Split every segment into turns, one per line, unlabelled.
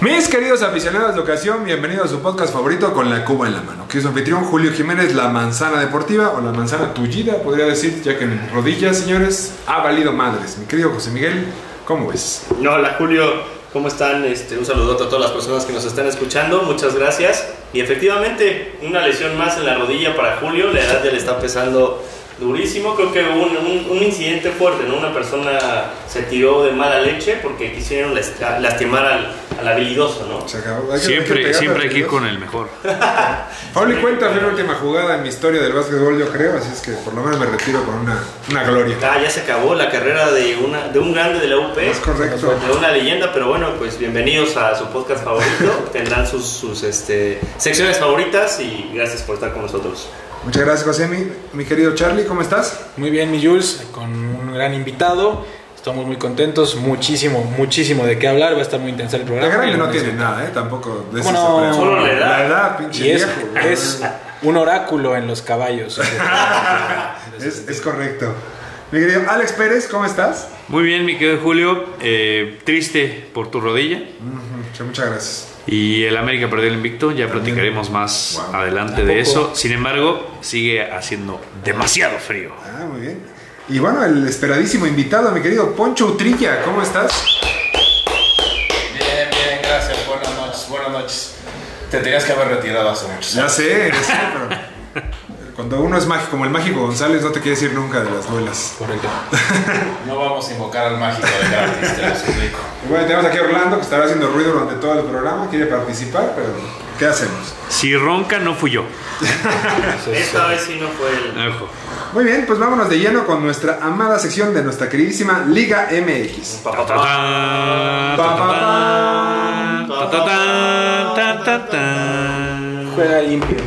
Mis queridos aficionados de ocasión, bienvenidos a su podcast favorito con la Cuba en la mano. Aquí es su anfitrión Julio Jiménez, la manzana deportiva o la manzana tullida, podría decir, ya que en rodillas, señores, ha valido madres. Mi querido José Miguel, ¿cómo ves?
Hola Julio, ¿cómo están? Este, un saludote a todas las personas que nos están escuchando, muchas gracias. Y efectivamente, una lesión más en la rodilla para Julio, la edad ya le está pesando durísimo, creo que hubo un, un- un incidente fuerte, ¿no? Una persona se tiró de mala leche porque quisieron las- lastimar al, al habilidoso, ¿no?
Se acabó. Hay que- hay que
Siempre,
pegarle
siempre
al
hay que ir
video.
con el mejor.
Pablo, cuenta fue la última jugada en mi historia del básquetbol, yo creo, así es que por lo menos me retiro con una, una gloria.
Ah, ya se acabó la carrera de, una, de un grande de la UP.
Es correcto.
De una leyenda, pero bueno, pues bienvenidos a su podcast favorito. Tendrán sus, sus este, secciones favoritas y gracias por estar con nosotros.
Muchas gracias, José. Mi, mi querido Charlie, ¿cómo estás?
Muy bien, mi Jules, con un gran invitado. Estamos muy contentos, muchísimo, muchísimo de qué hablar. Va a estar muy intenso el
La
programa.
grande
Y
no
lo
tiene
necesitamos.
nada, ¿eh? Tampoco de eso
¿Cómo no?
se
Solo la edad.
La edad, pinche
Y es,
viejo. güey.
es un oráculo en los caballos.
Es, es correcto. Mi querido Alex Pérez, ¿cómo estás?
Muy bien, mi querido Julio. eh, triste por tu rodilla.
Muchas, muchas gracias.
Y el América perdió el invicto. Ya platicaremos más
Wow.
adelante
¿A
de
poco?
eso. Sin embargo, sigue haciendo demasiado frío.
Ah, muy bien. Y bueno, el esperadísimo invitado, mi querido Poncho Utrilla, ¿cómo estás?
Bien, bien, gracias. Buenas noches, buenas noches. Te tenías que haber retirado hace mucho.
Ya sé, ya sé, pero cuando uno es mágico, como el mágico González, no te quiere decir nunca de las duelas.
Correcto.
No vamos a invocar al mágico de gratis, te lo suplico.
Y bueno, tenemos aquí a Orlando, que estará haciendo ruido durante todo el programa, quiere participar, pero ¿qué hacemos?
Si ronca, no fui yo.
Esta vez sí no fue el...
Ojo.
Muy bien, pues vámonos de lleno con nuestra amada sección de nuestra queridísima Liga MX.
Pa, pa, pa.
Ta, ta, ta, ta, ta, ta, ta, ta, ta.
Juega limpio.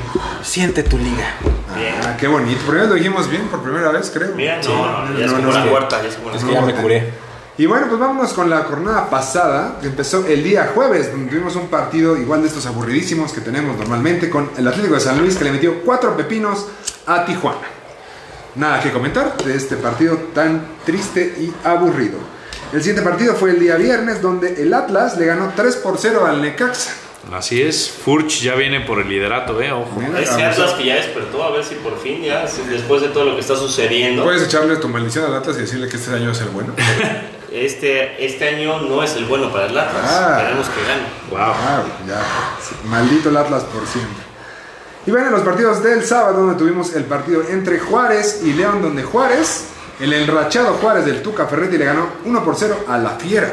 Siente tu liga.
Bien.
Ah, qué bonito. Primero lo dijimos bien por primera vez, creo.
Bien, no, no, ya es
No,
como
no,
la
no.
cuarta, ya es como la
Es que ya me
Orden.
curé.
Y bueno, pues vámonos con la jornada pasada, que empezó el día jueves, donde tuvimos un partido igual de estos aburridísimos que tenemos normalmente con el Atlético de San Luis, que le metió cuatro pepinos a Tijuana. Nada que comentar de este partido tan triste y aburrido. El siguiente partido fue el día viernes, donde el Atlas le ganó 3 por 0 al Necaxa.
Así es. Furch ya viene por el liderato, eh. Ojo.
Mira,
Ese
cabrón.
Atlas que ya despertó, a ver si por fin ya, si después de todo lo que está sucediendo,
Puedes echarle tu maldición al Atlas y decirle que este año va a ser bueno.
este, este año no es el bueno para el Atlas.
Ah.
Esperemos que gane.
Wow.
Ah, ya. Sí, Maldito el Atlas por siempre. Y bueno, los partidos del sábado, donde tuvimos el partido entre Juárez y León, donde Juárez, el enrachado Juárez del Tuca Ferretti, le ganó 1 por 0 a la Fiera.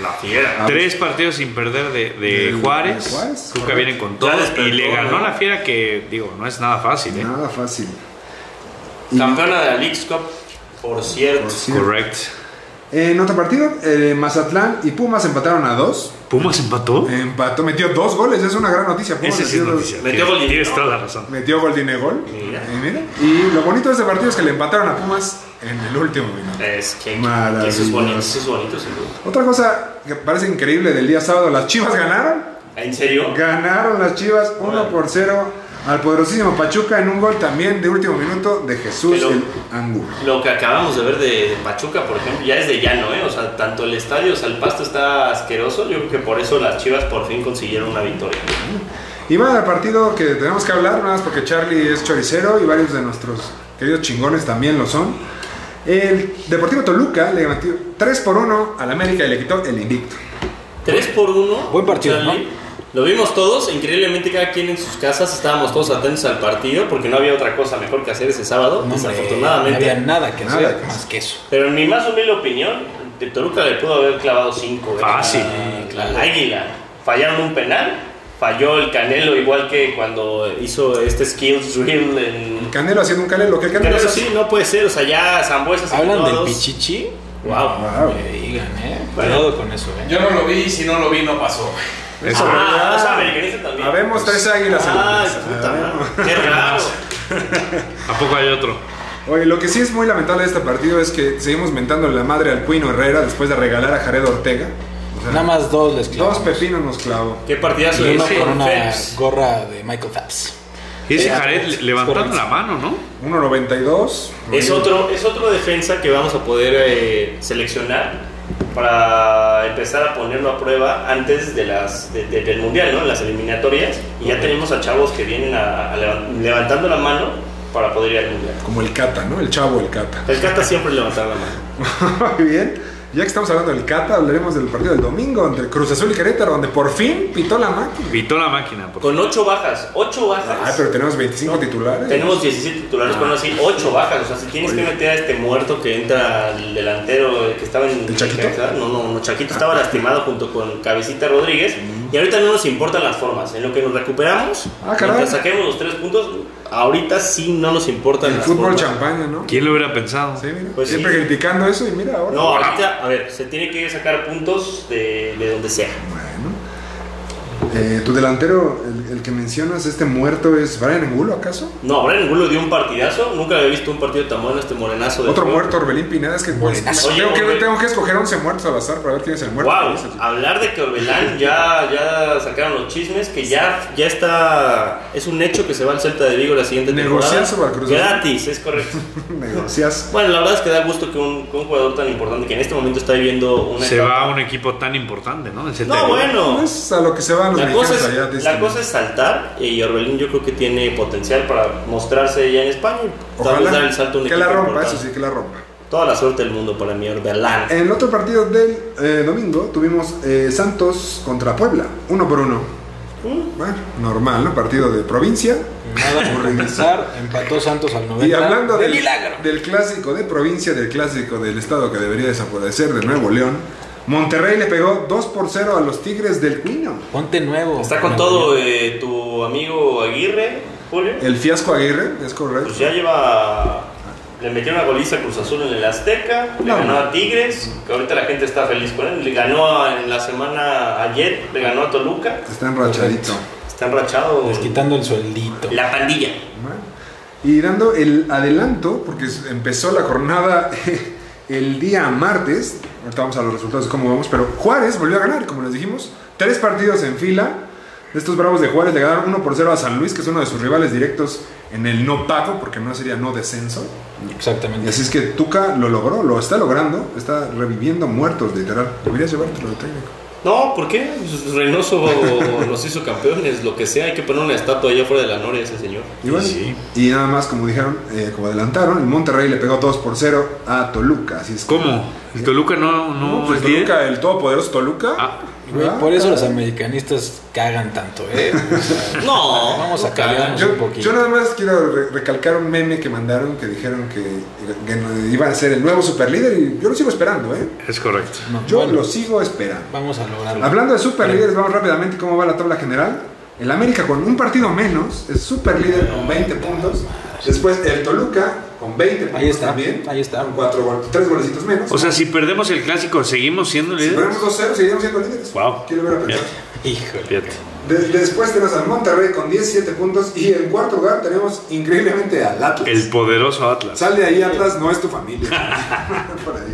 La
Ah,
fiera.
Tres partidos sin perder de, de
Del-
Juárez.
de Juárez,
Tuca
correcto.
viene con
Ya
todo.
despertó,
Y le ganó
¿no?
a la fiera que, digo, no es nada fácil, ¿eh?
Nada fácil.
Campeona de la Leagues Cup, por cierto.
Por cierto.
Correct.
En otro partido, eh, Mazatlán y Pumas empataron a 2.
¿Pumas empató?
Empató, metió dos goles, es una gran noticia. Pumas
Ese sí es
metió dos-
noticia.
Metió
Tienes-
Bolivia,
Tienes
¿no?
toda la razón.
Metió gol, tiene gol.
Mira.
Y, mira. Y lo bonito de este partido es que le empataron a Pumas en el último minuto.
Eh.
Es que,
Maravilloso.
que eso es bonito, eso es bonito, sin duda.
Otra cosa que parece increíble del día sábado, las Chivas ganaron.
¿En serio?
Ganaron las Chivas 1 por 0 al poderosísimo Pachuca en un gol también de último minuto de Jesús
Pero-
el Angulo.
Lo que acabamos de ver de, de Pachuca, por ejemplo, ya es de llano, ¿eh? O sea, tanto el estadio, o sea, el pasto está asqueroso. Yo creo que por eso las Chivas por fin consiguieron una victoria.
Y bueno, el partido que tenemos que hablar, nada más porque Charlie es choricero y varios de nuestros queridos chingones también lo son. El Deportivo Toluca le metió 3 por 1 al América y le quitó el invicto.
3 por 1.
Buen partido,
Lo vimos todos, increíblemente cada quien en sus casas, estábamos todos atentos al partido porque no había otra cosa mejor que hacer ese sábado,
No, hombre, no
desafortunadamente.
había nada que
Nada
hacer
que
más que eso.
Pero en mi más humilde opinión, de Toluca le pudo haber clavado 5.
Fácil.
Eh,
Al Águila. Fallaron un penal, falló el Canelo igual que cuando hizo este skills drill en...
Canelo haciendo un canelo, que el
Pero
canelo
eso
es-
sí, no puede ser, o sea, ya Zambuesa se
¿Hablan
quitó a
del
dos.
pichichi?
Wow.
Wow.
Me digan, ¿eh?
Bueno.
Cuidado con eso, ¿eh?
Yo no lo vi, y si no lo vi, no pasó.
Eso,
Ah,
¿verdad?
es americanista también. Ah,
Habemos tres águilas.
Ay,
algunas.
puta madre. Qué raro.
¿A poco hay otro?
Oye, lo que sí es muy lamentable de este partido es que seguimos mentándole la madre al Cuino Herrera después de regalar a Jared Ortega. O sea,
Nada más dos les clavó.
Dos pepinos nos clavo.
Qué
Y
partidazo de
uno
ese,
con una
Phelps.
gorra de Michael Phelps.
Y ese
Eh,
Jared
es
levantando
correcto.
la mano, ¿no?
1.92.
Es otro, es otro defensa que vamos a poder eh, seleccionar para empezar a ponerlo a prueba antes de las, de- de- del mundial, ¿no? En las eliminatorias. Y ya tenemos a chavos que vienen a- a levan- levantando la mano para poder ir al mundial.
Como el Cata, ¿no? El chavo, el Cata.
El Cata siempre levantar la mano.
Muy bien. Ya que estamos hablando del Cata, hablaremos del partido del domingo entre Cruz Azul y Querétaro, donde por fin pitó la máquina.
Pitó la máquina. por-
Con ocho bajas, ocho bajas.
Ah, pero tenemos 25 titulares.
Tenemos 17 titulares, pero aún así 8 bajas. O sea, si tienes que meter a este muerto que entra al delantero el que estaba en.
¿El Chaquito?
No, no, no, Chaquito estaba lastimado junto con Cabecita Rodríguez. Y ahorita no nos importan las formas. En lo que nos recuperamos,
Ah, caray.
mientras saquemos los 3 puntos, ahorita sí no nos importan
El
las
fútbol
formas.
champaña, ¿no?
¿Quién lo hubiera pensado?
Sí, mira.
Pues
Siempre
sí.
criticando eso y mira ahora.
No, ahorita, a ver, se tiene que sacar puntos de, de donde sea.
Eh, tu delantero, el, el que mencionas, este muerto, ¿es Brian Angulo acaso?
No, ahora ninguno dio un partidazo. Nunca había visto un partido tan bueno este morenazo. de
Otro
juego.
muerto, Orbelín Pineda, es que pues,
Oye,
tengo, que,
Orbelín.
tengo que escoger 11 muertos al azar para ver quién es el muerto. "Ah,
Wow, hablar de que Orbelán ya, ya sacaron los chismes, que ya, ya está, es un hecho que se va al Celta de Vigo la siguiente temporada.
Negociazo para Cruz Azul.
Gratis, es correcto.
Negocias.
Bueno, la verdad es que da gusto que un, que un jugador tan importante que en este momento está viviendo una
Se
etapa-
va a un equipo tan importante, ¿no? El
No,
CTV.
bueno.
Es Pues, a lo que se van los
La cosa,
mexicanos
es,
allá. este
la
dicen.
cosa es saltar y Orbelín yo creo que tiene potencial para mostrarse ya en España y tal vez dar el salto a un
que la
equipo
rompa,
importante.
eso sí, Eh. que la rompa.
Toda la suerte del mundo para mí Orbelán.
En el otro partido del eh, domingo tuvimos eh, Santos contra Puebla, uno por uno.
¿Mm?
Bueno, normal, ¿no? Partido de provincia.
Nada por regresar. Empató Santos al 90.
Y hablando
de
del,
milagro.
del clásico de provincia, del clásico del estado que debería desaparecer de Nuevo León, Monterrey le pegó 2 por 0 a los Tigres del Cuino.
Ponte nuevo.
Está con todo eh, tu amigo Aguirre, Julio.
El fiasco Aguirre, es correcto.
Pues ya lleva. Le metió una goliza a Cruz Azul en el Azteca, le
No.
ganó a Tigres, que ahorita la gente está feliz con él. Le ganó a- en la semana ayer, le ganó a Toluca.
Está enrachadito.
Está enrachado
Les quitando el sueldito.
la pandilla.
Y dando el adelanto, porque s- empezó la jornada el día martes, ahorita vamos a los resultados de cómo vamos, pero Juárez volvió a ganar, como les dijimos, tres partidos en fila. De estos bravos de Juárez le ganaron 1 por 0 a San Luis, que es uno de sus rivales directos en el no pago, porque no sería no descenso. Y
Exactamente.
así es que Tuca lo logró, lo está logrando, está reviviendo muertos, literal. Deberías llevártelo de técnico.
No, ¿por qué? Pues Reynoso nos hizo campeones, lo que sea, hay que poner una estatua allá afuera de la noria a ese señor.
Y bueno, y nada más, como dijeron, eh, como adelantaron, el Monterrey le pegó 2 por 0 a Toluca. Así es que-
¿Cómo? ¿El Toluca no, no,
No, pues
es líder?
Toluca, el todopoderoso Toluca.
Ah.
Güey,
Ah,
por eso los
caray.
americanistas cagan tanto, ¿eh? O sea,
No,
Vamos a
no
cambiarnos
Ah, Yo,
un poquito.
yo nada más quiero re- recalcar un meme que mandaron que dijeron que, que iba a ser el nuevo superlíder y yo lo sigo esperando, ¿eh?
Es correcto.
No,
Yo
bueno,
lo sigo esperando.
Vamos a lograrlo.
Hablando de superlíderes, vamos rápidamente cómo va la tabla general. El América con un partido menos es superlíder con 20 puntos. Después el Toluca con 20 puntos
Ahí está,
también.
ahí está.
Con 3 golecitos menos.
O sea, si perdemos el clásico, ¿seguimos siendo
si
líderes?
perdemos 2-0, seguiremos siendo líderes.
Wow.
Quiero ver a pensar.
Híjole.
Fíjate.
De- después tenemos al Monterrey con 17 puntos y en cuarto lugar tenemos increíblemente al Atlas.
El poderoso Atlas.
Sal de ahí, Atlas, no es tu familia. Por ahí.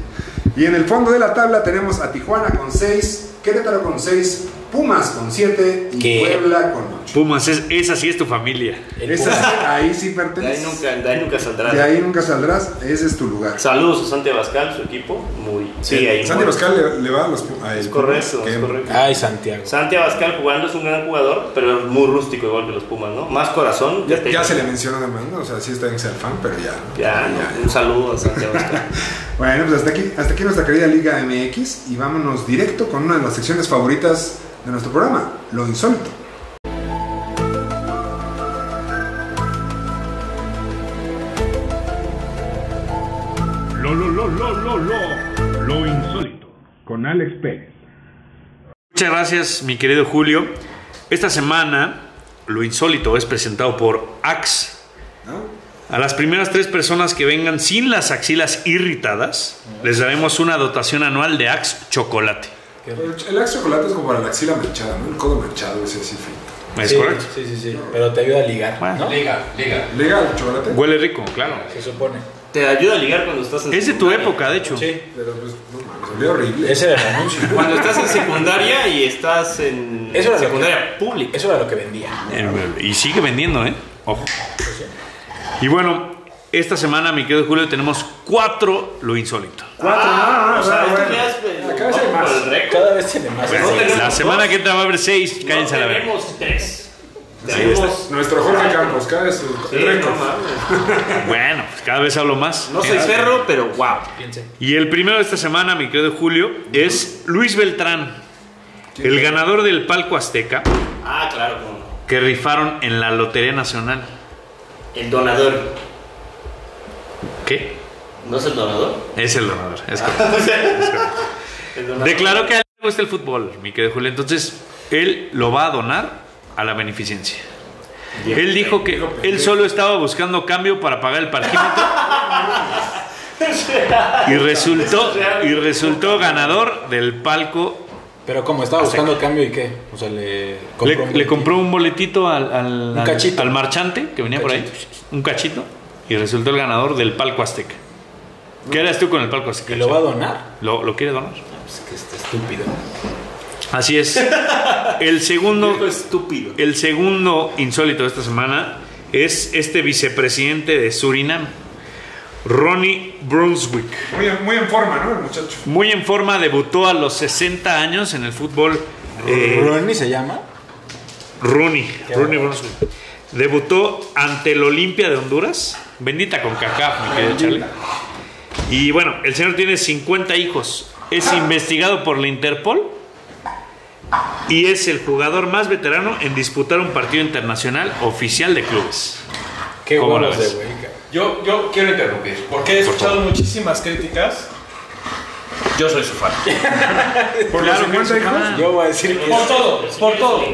Y en el fondo de la tabla tenemos a Tijuana con 6, Querétaro con 6, Pumas con 7 y
¿Qué?
Puebla con 8.
Pumas, es- esa sí es tu familia.
El
Esa sí, ahí sí
De ahí
perteneces.
nunca, de ahí nunca saldrá.
De ahí nunca saldrás, ese es tu lugar.
Saludos a Santi Abascal, su equipo. Muy. Sí, ahí.
Santi
muy-
Pascal le, le va a los pu- a el
Es correcto,
Pumas,
es
que-
correcto.
Ay, Santiago.
Santi Abascal jugando es un gran jugador, pero es muy rústico igual que los Pumas, ¿no? Más corazón. que
Ya, ya
técnica.
se le menciona además, ¿no? o sea, sí está en ser fan, pero ya.
Ya, no, un saludo a Santi Abascal.
Bueno, pues hasta aquí, hasta aquí nuestra querida Liga MX y vámonos directo con una de las secciones favoritas de nuestro programa, lo insólito.
Lo, lo, lo, lo, lo, lo, lo insólito. Con Alex Pérez.
Muchas gracias, mi querido Julio. Esta semana, lo insólito es presentado por Axe. A las primeras tres personas que vengan sin las axilas irritadas, les daremos una dotación anual de Axe Chocolate.
El ch- el axe chocolate es como para la axila manchada, ¿no? El codo manchado, ese así frito.
¿Es
sí,
correcto?
Sí, sí, sí. Pero te ayuda a ligar,
Bueno.
¿no?
Liga, liga.
¿Legal chocolate?
Huele rico, claro.
Se supone.
Te ayuda a ligar cuando estás en
Es de tu
secundaria.
época, de hecho.
Sí.
Pero pues, no mames, olía horrible.
Ese era el anuncio.
Cuando estás en secundaria y estás en
Eso era lo
secundaria pública.
Eso era lo que vendía.
Eh, Y sigue vendiendo, ¿eh? Ojo. Y bueno, esta semana, mi querido Julio, tenemos cuatro lo insólito.
Ah,
ah,
o sea,
ah,
tú
bueno.
le das, eh,
Acá sí hay
vamos por
más.
el récord.
Cada vez tiene más.
No tenemos
La
dos.
semana que entra va a haber seis. Cállense a
no
la verga.
tenemos tres. Tenemos...
Nuestro Jorge Campos, cada vez su
Sí,
el récord.
no mames.
Bueno, pues cada vez hablo más.
No soy cerro, pero wow.
Y el primero de esta semana, mi querido Julio, es Luis Beltrán, el ganador del palco Azteca
Ah, claro, cómo no.
que rifaron en la Lotería Nacional.
El donador.
¿Qué?
¿No es el donador?
Es el donador. es correcto.
El donador.
Declaró que a él le gusta el fútbol, mi querido Julio. Entonces, él lo va a donar a la beneficencia. Él dijo que él solo estaba buscando cambio para pagar el parquímetro. Y resultó, y resultó ganador del palco.
Pero como estaba buscando cambio y qué? O sea, le
Le,
un
le
boletín.
compró un boletito al, al-
Un
al-
cachito.
al marchante que venía por ahí. Un cachito. Y resultó el ganador del palco azteca. ¿Qué eras tú con el palco azteca?
¿Y lo va a donar?
¿Lo, lo quiere donar?
Pues que está estúpido.
Así es. El segundo,
Viejo estúpido.
el segundo insólito de esta semana es este vicepresidente de Surinam, Ronnie Brunswick.
Muy, en- muy en forma, ¿no? El muchacho.
Muy en forma, debutó a los 60 años en el fútbol. eh,
¿Ronnie se llama?
Rooney, Rooney Brunswick. Debutó ante el Olimpia de Honduras. Bendita con Kaká, mi querido Charlie. Y bueno, el señor tiene 50 hijos. Es investigado por la Interpol. Y es el jugador más veterano en disputar un partido internacional oficial de clubes.
Qué
¿Cómo la
huevos de
ves?
güey, cabrón.
Yo, yo quiero interrumpir, porque he escuchado muchísimas críticas. Yo soy su fan.
Por los
Claro que
50
es su
hijos.
fan.
Yo voy a decir que
Ah. Por todo, por todo.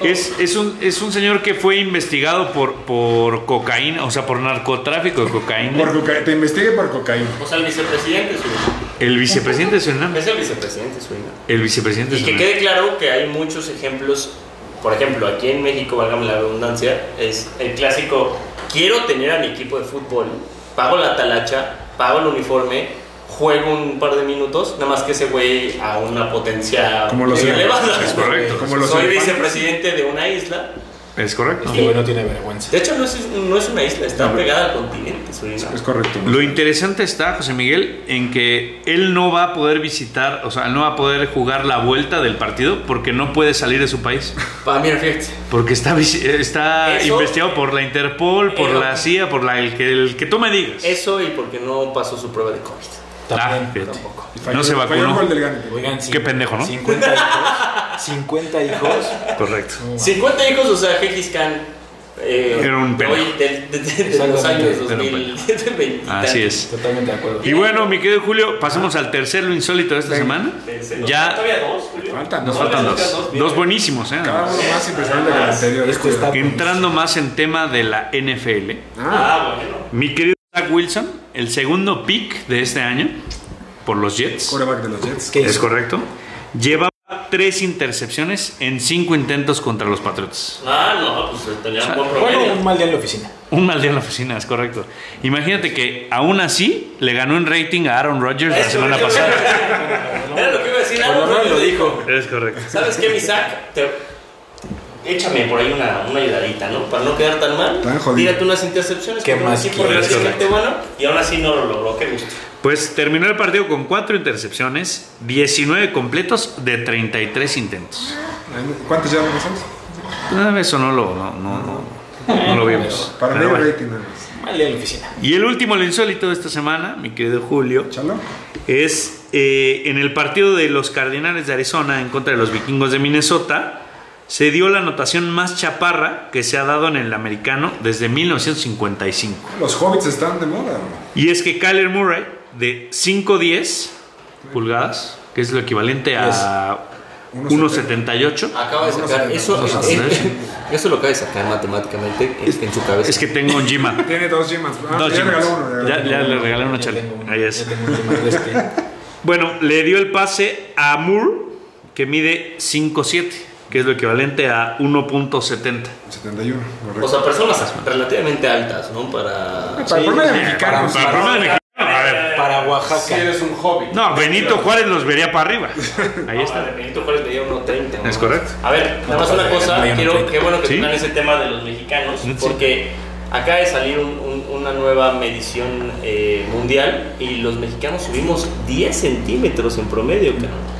Es, es un, es un señor que fue investigado por, por cocaína, o sea, por narcotráfico de cocaína.
Por coca- te investigué por cocaína.
O sea, el vicepresidente Surinam.
El vicepresidente de Surinam.
Es el vicepresidente Surinam.
El vicepresidente de
Y que
Surinam.
quede claro que hay muchos ejemplos. Por ejemplo, aquí en México, valga la redundancia, es el clásico: quiero tener a mi equipo de fútbol, pago la talacha, pago el uniforme, juego un par de minutos, nada más que ese güey a una potencia
Como los
elevada.
elefantes,
es correcto.
Como los
Soy
elefantes.
vicepresidente de una isla.
Es correcto.
este güey no tiene vergüenza.
De hecho, no es, no es una isla, está
No,
pegada al continente. Surinam.
Es correcto.
Lo interesante está, José Miguel, en que él no va a poder visitar, o sea, no va a poder jugar la vuelta del partido porque no puede salir de su país.
Para mí, fíjate.
Porque está, visi- está
Eso-
investigado por la Interpol, por
Eso.
la CIA, por la, el, que, el que tú me digas.
Eso y porque no pasó su prueba de COVID.
Ah,
También.
fíjate.
Y falló-
No se
falló el gol
vacunó.
del Gante.
Oigan,
Qué pendejo, ¿no?
50 hijos. 50 hijos.
Correcto.
50 hijos, o sea, Gengis Khan. eh,
Era un perro.
hoy, de, de- de- de los
Exactamente,
años
era
un
2020.
Así es.
Totalmente de acuerdo.
Y bueno, mi querido Julio, pasemos al tercer lo insólito de esta semana. Ya
Todavía dos, Julio.
Faltan
nos
dos.
faltan
nos quedan
dos.
dos.
Dos buenísimos, ¿eh?
Cada uno más impresionante que el anterior.
Este está-
Entrando más en tema de la NFL.
Ah, bueno.
Mi querido Zach Wilson, el segundo pick de este año por los Jets.
Coreback de los Jets.
¿Qué
Es
hizo?
correcto. Llevaba tres intercepciones en cinco intentos contra los Patriotas.
Ah, no, pues tenía un buen
Bueno, un
promedio.
mal día en la oficina.
Un mal día en la oficina, es correcto. Imagínate que aún así le ganó en rating a Aaron Rodgers la
Eso,
semana
yo-
pasada.
Era lo que iba a decir,
Por lo
Aaron
menos
Rodgers
lo
lo
dijo.
dijo.
Es correcto.
¿Sabes qué, mi Isaac? Te- Échame por ahí una, una ayudadita, ¿no? Para no quedar tan mal.
Tan jodido.
Tírate unas intercepciones
¿Qué
con un
más
equipo
quieres?
relativamente bueno. Y aún así no lo logró, qué gusto.
Pues terminó el partido con cuatro intercepciones, 19 completos de 33 intentos.
¿Cuántos llevan esos?
Ah, Eso no lo, no, no, no, no lo vimos.
Para
Pero
medio
bueno.
rating nada más.
Mal día en la oficina.
Y el último lo insólito de esta semana, mi querido Julio.
Chalo.
es eh, en el partido de los Cardenales de Arizona en contra de los Vikingos de Minnesota, se dio la anotación más chaparra que se ha dado en el americano desde 1955.
Los hobbits están de moda. ¿no?
Y es que Kyler Murray, de 5'10 pulgadas, que es lo equivalente a 1'78,
Ah,
Acaba de sacar. Ah, Eso,
Unos
eh, eh,
setenta.
eso lo acaba de sacar matemáticamente en, en su cabeza.
es que tengo un G-Man.
Tiene dos G-Mans. Ah,
Dos
ya
G-Mans.
regaló uno. regaló
Ya-
uno.
ya le regalé una
Ya
chale.
tengo un-
Ahí es.
ya tengo un tema de este.
Bueno, le dio el pase a Moore que mide 5.7, que es lo equivalente a 1.70.
71, correcto.
O sea, personas relativamente altas, ¿no? Para.
para el promedio
para-
mexicano, sí.
Para el promedio mexicano, a ver.
Para Oaxaca.
Si eres un hobby.
No, Benito Juárez los vería para arriba. Ahí
No,
está.
vale, Ah, Benito Juárez medía 1.30. ¿no?
Es correcto.
A ver, nada más una cosa,
medía
quiero,
1.30.
qué bueno que
Sí.
tocan ese tema de los mexicanos,
Sí.
porque acaba de salir un- un- una nueva medición eh, mundial y los mexicanos subimos 10 centímetros en promedio, cabrón.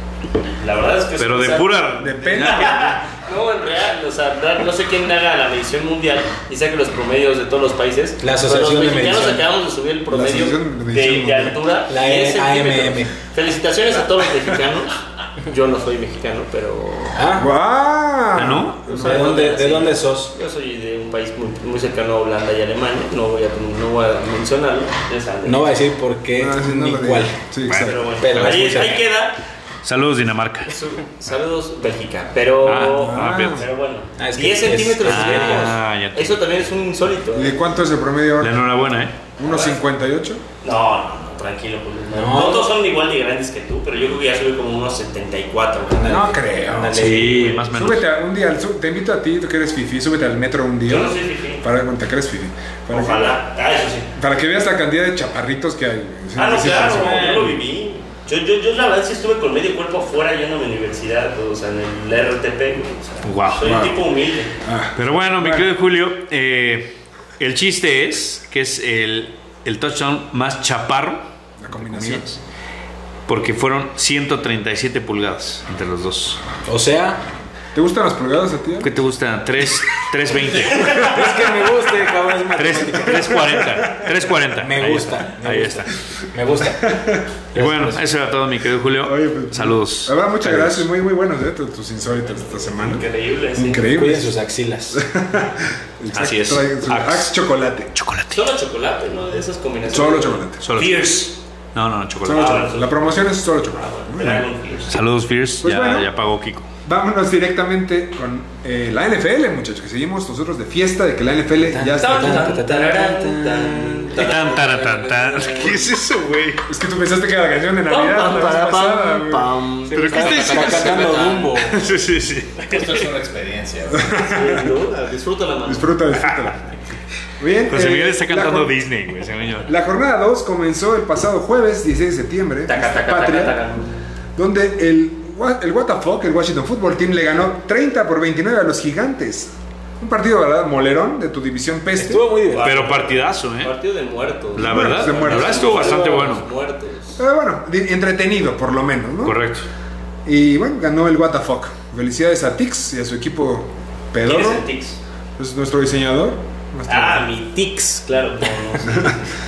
La verdad es que... es-
Pero
o
de
sea,
pura.
Depende.
No, en real, o sea, da- no sé quién haga la medición mundial y saque los promedios de todos los países. pero
La Asociación de
Los mexicanos
Medición.
acabamos de subir el promedio
Asociación
de,
de Medición
de
Mundial.
altura.
La
10
AMM.
centímetros. Felicitaciones a todos los mexicanos. Yo no soy mexicano, pero
Ah,
¡Guau!
¿No?
yo soy
¿de dónde,
nací.
¿de dónde sos?
Yo soy de un país muy, muy cercano a Holanda y Alemania. No voy a, no voy a mencionarlo. ya saben.
No va a decir por qué
No, Ah, sí, no
ni
lo digo.
cuál.
Sí,
pero
exacto.
bueno,
Pero es
ahí,
muy cerca.
ahí queda.
Saludos, Dinamarca.
Su- Saludos, Bélgica. Pero,
Ah, ah, bien.
pero bueno,
Ah, es que
10
es-
centímetros
ah,
menos.
ya te-
Eso también es un insólito.
¿Y
¿eh?
de cuánto es el promedio
La
ahora?
enhorabuena, ¿eh?
¿1.58?
No, no, no, tranquilo, Julio. No.
No.
todos son igual de grandes que tú, pero yo creo que ya sube como unos 74. güey.
No creo.
Ándale.
Sí, más o menos.
Súbete a- un día, al- sub- te invito a ti, tú que eres fifi, súbete al metro un día.
Yo no soy fifí.
Para cuenta que eres fifi. Para que-
Ojalá. Ah, eso sí.
Para que veas la cantidad de chaparritos que hay.
Ah, no,
Sí, sí,
claro,
sí.
yo lo viví. Yo, yo, yo la verdad sí estuve con medio cuerpo afuera yendo a mi universidad, pues, o sea, en el RTP. güey, o sea,
Guau,
soy un
guau.
tipo humilde.
Ah,
Pero bueno, mi
Bueno.
querido Julio, eh, el chiste es que es el, el touchdown más chaparro,
la combinación.
porque fueron 137 pulgadas entre los dos.
O sea,
¿Te gustan las pulgadas a ti?
¿Qué te gusta? 3, 320,
es que me gusta, cabrón, es
3,
matemática.
340, 340.
Me
Ahí
gusta,
está,
me
ahí
gusta.
está.
Me gusta.
Y bueno, eso era todo, mi querido Julio.
Oye, pues,
Saludos.
La verdad, muchas
Adiós.
gracias. Muy, muy buenos eh, tus, tus insólitos esta semana.
Increíble, sí.
Cuiden
Increíbles.
sus axilas.
Exacto,
Así es.
trae su-
Axe.
Axe chocolate.
Chocolate.
Solo chocolate, ¿no? De esas combinaciones.
Solo chocolate.
Solo
Fierce.
No, no, no,
Solo
chocolate.
Ah,
chocolate. La promoción es solo chocolate. Muy bien.
Dragon Fierce.
Saludos, Fierce.
Pues
ya,
bueno.
ya pagó Kiko.
Vámonos directamente con eh, la NFL, muchachos, que seguimos nosotros de fiesta de que la NFL ya está.
Tan, tan, tan, tan. ¿Qué es eso, güey?
Es que tú pensaste que era la canción de Navidad la vez pasada, güey.
¿Pero qué está
Está cantando Dumbo.
Sí, sí, sí.
Esto es una experiencia. güey.
Sí, ¿no? Disfruta la mano.
Disfruta, disfruta. Bien.
José
eh,
Miguel está
la
cantando
jor-
Disney, güey, según yo.
La jornada 2 comenzó el pasado jueves 16 de septiembre,
Taca, taca, taca,
patria,
taca.
donde el, Wa- el WTF, el Washington Football Team, le ganó 30 por 29 a los gigantes. Un partido, ¿verdad? Molerón de tu división peste.
Estuvo muy divertido.
Pero partidazo, ¿eh?
Partido de muertos.
La
Muertos
verdad,
de
la
muertos.
verdad estuvo bastante bueno.
Muertos.
Pero Eh, bueno, di- entretenido por lo menos, ¿no?
Correcto.
Y bueno, ganó el WTF. Felicidades a Tix y a su equipo
¿Quién es
pedoro.
el Tix?
Es nuestro diseñador. nuestro-
Ah, mi Tix, claro.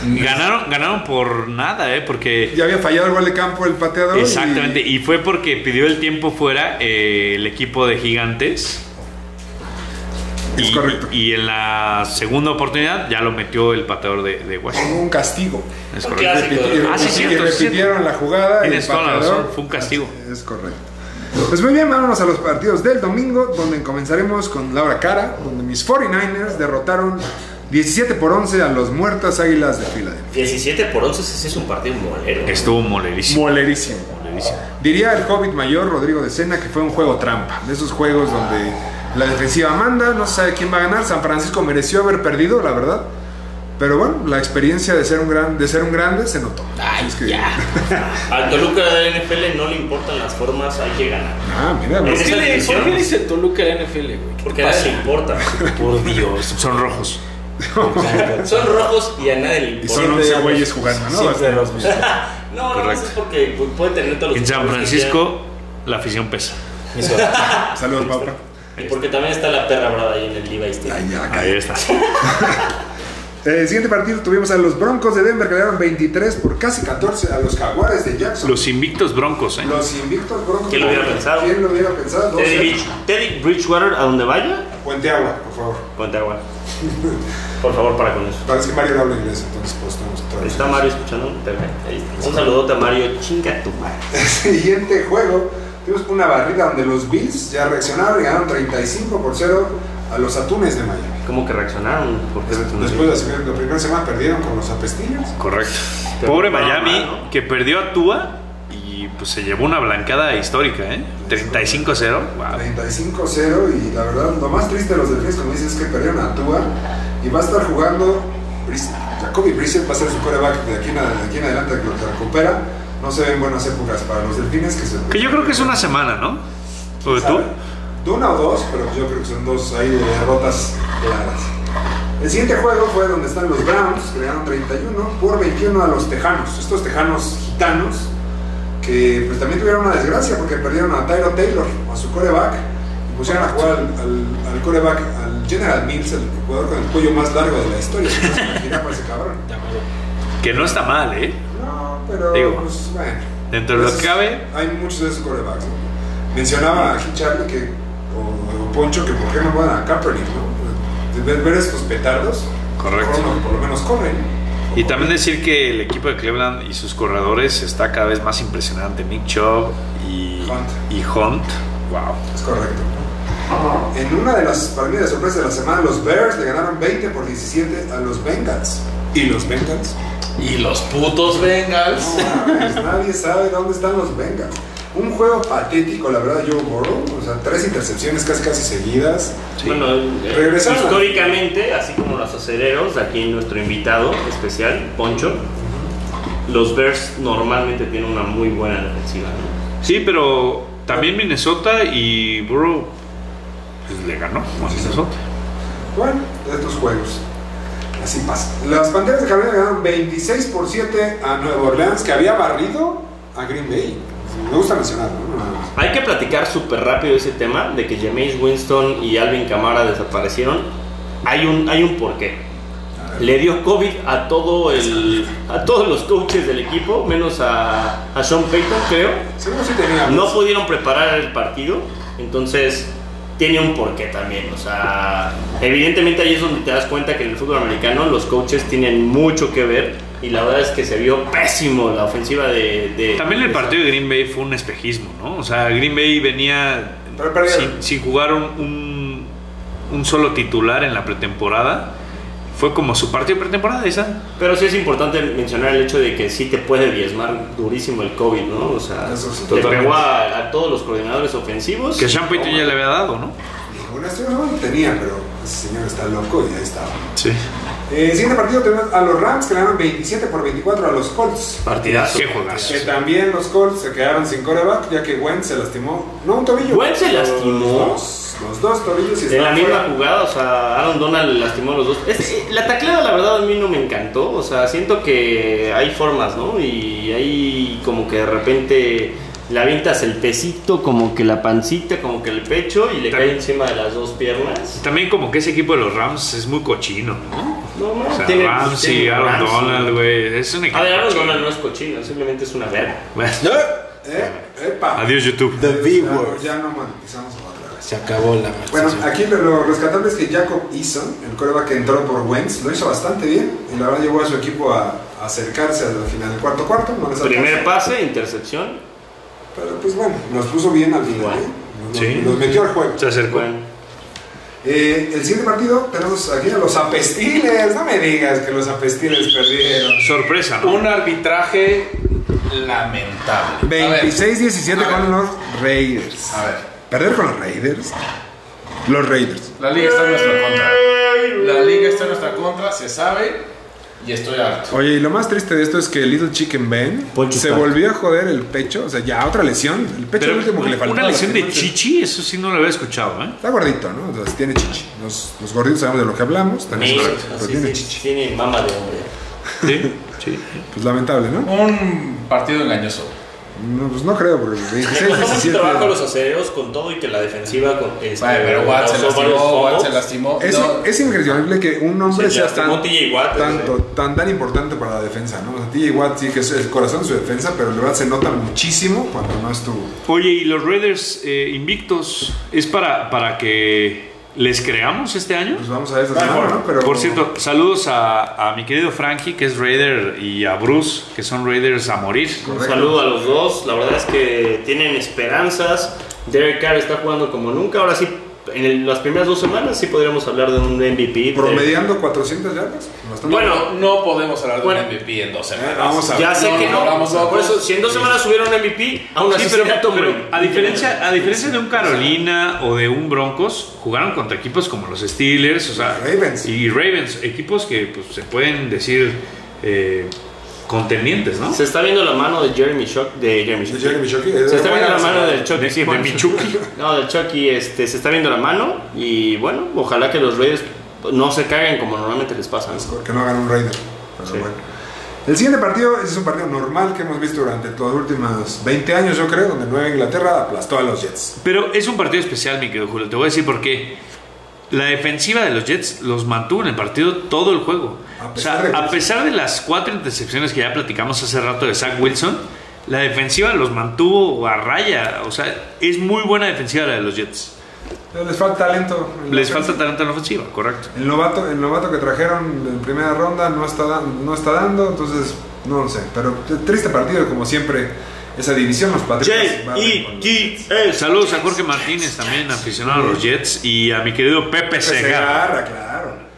Ganaron, ganaron por nada, ¿eh? Porque
Ya había fallado el gol de campo el pateador. y-
exactamente, y fue porque pidió el tiempo fuera eh, el equipo de Gigantes.
Es
y,
correcto.
y en la segunda oportunidad ya lo metió el pateador de, de Washington.
Hubo un castigo.
Es
Un
correcto.
clásico.
Y,
Ah, sí,
y
cierto, sí,
repitieron la jugada. y
Tienes
el
toda la
pateador-
razón, fue un castigo.
Es correcto. Pues muy bien, vámonos a los partidos del domingo, donde comenzaremos con Laura Cara, donde mis 49ers derrotaron 17 por 11 a los muertas águilas de Filadelfia.
17 por 11 ese es un partido molero.
Estuvo molerísimo.
Molerísimo.
molerísimo.
Diría el hobbit mayor Rodrigo de Sena que fue un juego trampa, de esos juegos donde la defensiva manda, no se sabe quién va a ganar. San Francisco mereció haber perdido, la verdad. Pero bueno, la experiencia de ser un, gran, de ser un grande se notó. Es que-
Al Toluca de la NFL no le importan las formas, hay que ganar.
Ah, mira,
¿Por qué, le,
Esa
¿Por
división.
qué le dice Toluca a la NFL, güey? ¿Qué
Porque
te
a nadie le
pasa?
importa.
Por Dios.
Son rojos.
Son rojos y a nadie le
Y
importa.
son 11 güeyes jugando, ¿no?
Siempre los mismos.
No, no,
Correcto.
eso es porque pu- puede tener todos los
En San
colores que
Francisco la afición pesa.
Mis horas.
Saludos, papá.
quieran. Y porque también está la perra brava ahí en el Levi's Stadium.
Ay, ya,
Ahí
cállate.
está.
Eh, siguiente partido tuvimos a los Broncos de Denver que le dieron 23 por casi 14 a los Jaguares de Jackson. Los,
Los invictos broncos, ¿eh?
invictos Broncos.
¿Quién lo hubiera pensado?
¿Quién lo hubiera pensado?
Teddy,
12.
Bridge- Teddy Bridgewater, a donde vaya,
Puente agua, por favor.
ponte agua. Por favor, para con eso.
Parece que Mario no habla inglés, entonces pues tenemos que traducir.
Está Mario escuchando. Perfecto. Ahí está. Un saludote a Mario. Chinga tu madre.
Siguiente juego. Tuvimos una barrida donde los Bills ya reaccionaron y ganaron 35 por 0 a los Atunes de Miami.
¿Cómo que reaccionaron? ¿Por qué reaccionaron?
Después de la, segunda- la primera semana perdieron con los apestillos.
Correcto.
Pero
Pobre
no,
Miami
no.
que perdió a Tua y y pues se llevó una blancada histórica, ¿eh? 35-0. Wow.
35-0 y la verdad lo más triste de los delfines como dices es que perdieron a Tua y va a estar jugando Bris- Jacoby Brissett va a ser su coreback de aquí en, ad- de aquí en adelante que lo recupera no se ven buenas épocas para los delfines que, se,
Que yo creo que es una semana, ¿no? ¿O de tú?
¿Sabe? De una o dos, pero yo creo que son dos ahí de derrotas claras. El siguiente juego fue donde están los Browns, que le ganaron 31 por 21 a los Tejanos. Estos Tejanos gitanos, que pues también tuvieron una desgracia porque perdieron a Tyro Taylor, a su coreback, y pusieron a jugar al, al, al coreback, al General Mills, el jugador con el cuello más largo de la historia. ¿no? Se imagina para ese cabrón.
Que no está mal, ¿eh?
No, pero
Digo,
pues bueno.
dentro de lo
Esos-
que cabe.
Hay muchos de esos corebacks. ¿no? Mencionaba a Charlie que, o, o Poncho que por qué no van a Kaepernick, ¿no? Pues, De ver, ver estos petardos.
Correcto.
Por, lo- por lo menos corren.
Y también decir que el equipo de Cleveland y sus corredores está cada vez más impresionante. Nick Chubb y
Hunt.
y Hunt. Wow.
Es correcto. En una de las, para mí, de las sorpresas de la semana, los Bears le ganaron 20 por 17 a los Bengals. ¿Y los Bengals?
Y los putos Bengals.
Pues nadie sabe dónde están los Bengals. Un juego patético, la verdad, Joe Burrow. O sea, tres intercepciones casi casi seguidas.
Bueno, eh,
Regresando.
históricamente, así como los acereros, aquí nuestro invitado especial, Poncho, los Bears normalmente tienen una muy buena defensiva. ¿no?
Sí, pero también Minnesota y Burrow pues, le ganó a Minnesota.
Bueno, de estos juegos. Así pasa. Las Panteras de Carolina ganaron 26 por 7 a Nueva Orleans, que había barrido a Green Bay. Me gusta mencionarlo. ¿no? Nada más.
Hay que platicar súper rápido ese tema de que Jameis Winston y Alvin Kamara desaparecieron. Hay un, hay un porqué. Le dio COVID a, todo el, a todos los coaches del equipo, menos a, a Sean Payton, creo.
Seguro sí tenía.
no pudieron preparar el partido, entonces tiene un porqué también. O sea, evidentemente ahí es donde te das cuenta que en el fútbol americano los coaches tienen mucho que ver y la verdad es que se vio pésimo la ofensiva de... de-
También el partido de Green Bay fue un espejismo, ¿no? O sea, Green Bay venía
Pero perdieron.
sin, sin jugar un, un, un solo titular en la pretemporada. Fue como su partido de pretemporada esa.
Pero sí es importante mencionar el hecho de que sí te puede diezmar durísimo el COVID, ¿no? O sea,
Eso sí.
te
Totalmente.
pegó a, a todos los coordinadores ofensivos.
Que Sean Payton ya le había dado, ¿no?
Bueno, este no lo tenía, pero ese señor está loco y ahí estaba.
Sí.
Eh, siguiente partido tenemos a los Rams, que ganaron 27 por 24 a los Colts.
Partidazo.
Qué juegazo.
Que también los Colts se quedaron sin coreback, ya que Wentz se lastimó. No un tobillo.
Wentz se lastimó.
Los dos, los dos tobillos y
En la
está
misma
fuera.
jugada, o sea, Aaron Donald le lastimó a los dos. Es- la tacleada, la verdad, a mí no me encantó. O sea, siento que hay formas, ¿no? Y hay como que de repente le avientas el pesito, como que la pancita, como que el pecho y le cae
También.
encima de las dos piernas.
También como que ese equipo de los Rams es muy cochino, ¿no?
No, no,
O sea,
tiene-
Ramsey,
tiene
Aaron
Ramsey.
Donald, güey. Es un equipo.
A ver, Aaron
cochino.
Donald no es cochino, simplemente es una verga.
Bueno,
Eh, epa.
Adiós, YouTube.
The
Ya,
B-Word.
ya no monetizamos otra vez.
Se acabó la
Bueno,
conversación.
aquí lo, lo rescatable es que Jacob Eason, el coreback que entró por Wentz, lo hizo bastante bien y la verdad llevó a su equipo a, a acercarse al final del cuarto cuarto. No les
Primer
alcanzó.
pase, intercepción.
Pero pues bueno, nos puso bien al final.
Bueno,
¿eh? Nos,
sí.
nos metió al juego.
Se acercó.
Bueno,
Eh, el siguiente partido tenemos aquí a los apestiles. No me digas que los apestiles perdieron.
Sorpresa, ¿no?
Un arbitraje lamentable. A ver,
26-17
A ver.
con los Raiders.
A ver.
¿Perder con los Raiders? Los Raiders.
La liga está en nuestra contra. La liga está en nuestra contra, se sabe. Y estoy harto.
Oye, y lo más triste de esto es que Little Chicken Ben
Poncho
se
Stark.
volvió a joder el pecho. O sea, ya otra lesión. El pecho es
Pero
el último que le faltó.
una lesión de
chichi.
chichi, eso sí no lo había escuchado, ¿eh?
Está gordito, ¿no? Entonces tiene chichi. Los, los gorditos sabemos de lo que hablamos. También
Mace,
correcto. Pero
así
tiene
sí,
chichi.
tiene mama de hombre.
Sí, sí.
Pues lamentable, ¿no?
Un partido engañoso.
No, pues no creo, porque 26,
Costó mucho
17.
trabajo los acereros con todo y que la defensiva con este,
Vale, pero Watt se
causó varios
lastimó, Watt
fumbles.
se lastimó.
Es,
No,
es increíble que un hombre
Se
sea
lastimó
tan,
TJ Watt,
tanto, tan, tan importante para la defensa, ¿no? O sea, TJ Watt sí que es el corazón de su defensa, pero la verdad se nota muchísimo cuando no es tu...
Oye, y los Raiders eh, invictos, ¿es para, para que les creamos este año?
Pues vamos a ver esta semana, ¿no? Pero,
Por cierto, saludos a, a mi querido Frankie, que es Raider, y a Bruce, que son Raiders a morir.
Un saludo a los dos. La verdad es que tienen esperanzas. Derek Carr está jugando como nunca. Ahora sí en el- las primeras dos semanas sí podríamos hablar de un MVP. de-
Promediando 400 yardas. Bastante.
Bueno,
No podemos hablar de
Bueno.
un MVP en dos
Eh,
semanas.
vamos a
ya sé
No,
que
no,
no.
vamos a-
por eso, si en dos semanas hubiera un MVP, aún así
Sí, pero,
sería Tom
pero
Brady.
a, diferencia, a diferencia de un Carolina o de un Broncos, jugaron contra equipos como los Steelers o sea,
Ravens.
y Ravens, equipos que pues, se pueden decir eh, contendientes, ¿no?
Se está viendo la mano de Jeremy Shock. De Jeremy Shock.
De Jeremy Shockey, es
Se está
buena
viendo la
semana.
mano del Chucky.
De-
sí,
de
bueno.
mi Chucky.
No, del Chucky este, se está viendo la mano. Y bueno, ojalá que los Raiders no se caguen como normalmente les pasa. ¿no?
que no hagan un Raider. Pero bueno. El siguiente partido ese es un partido normal que hemos visto durante los últimos 20 años, yo creo, donde Nueva Inglaterra aplastó a los Jets.
Pero es un partido especial, mi querido Julio. Te voy a decir por qué. La defensiva de los Jets los mantuvo en el partido todo el juego.
A
O sea,
pesar de-
a pesar de las cuatro intercepciones que ya platicamos hace rato de Zach Wilson, la defensiva los mantuvo a raya. O sea, es muy buena defensiva la de los Jets.
Pero les falta talento. en la
Les
ofensa.
falta talento en la ofensiva, correcto.
El novato, el novato que trajeron en primera ronda no está, dan- no está dando, entonces no lo sé. Pero triste partido, como siempre, esa división, los Patriotas. van
E
con-
J-E-T-S.
Saludos a Jorge Martínez, también aficionado a los Jets, y a mi querido Pepe
Se
Segarra.
agarra, claro.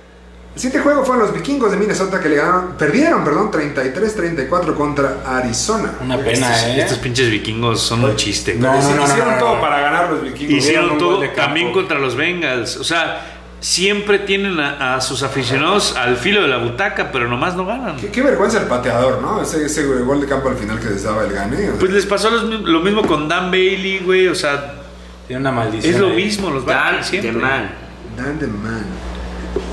El siguiente juego fueron los vikingos de Minnesota que le ganaron, perdieron, perdón, 33-34 contra Arizona.
Una pena,
Estos,
¿eh?
estos pinches vikingos son un chiste. güey.
No, no, no,
hicieron
no, no,
todo
no.
para ganar los vikingos. Dieron
Hicieron
un
todo
gol de campo.
también contra los Bengals. O sea, siempre tienen a, a sus aficionados al filo de la butaca, pero nomás no ganan.
Qué, qué vergüenza el pateador, ¿no? Ese, ese gol de campo al final que les daba el gane. o sea,
Pues les pasó los mi- lo mismo con Dan Bailey, güey. O sea,
Tiene una maldición. ¿eh?
es lo
ahí.
mismo, los
Dan
Bengals
the
siempre.
man.
Dan the man.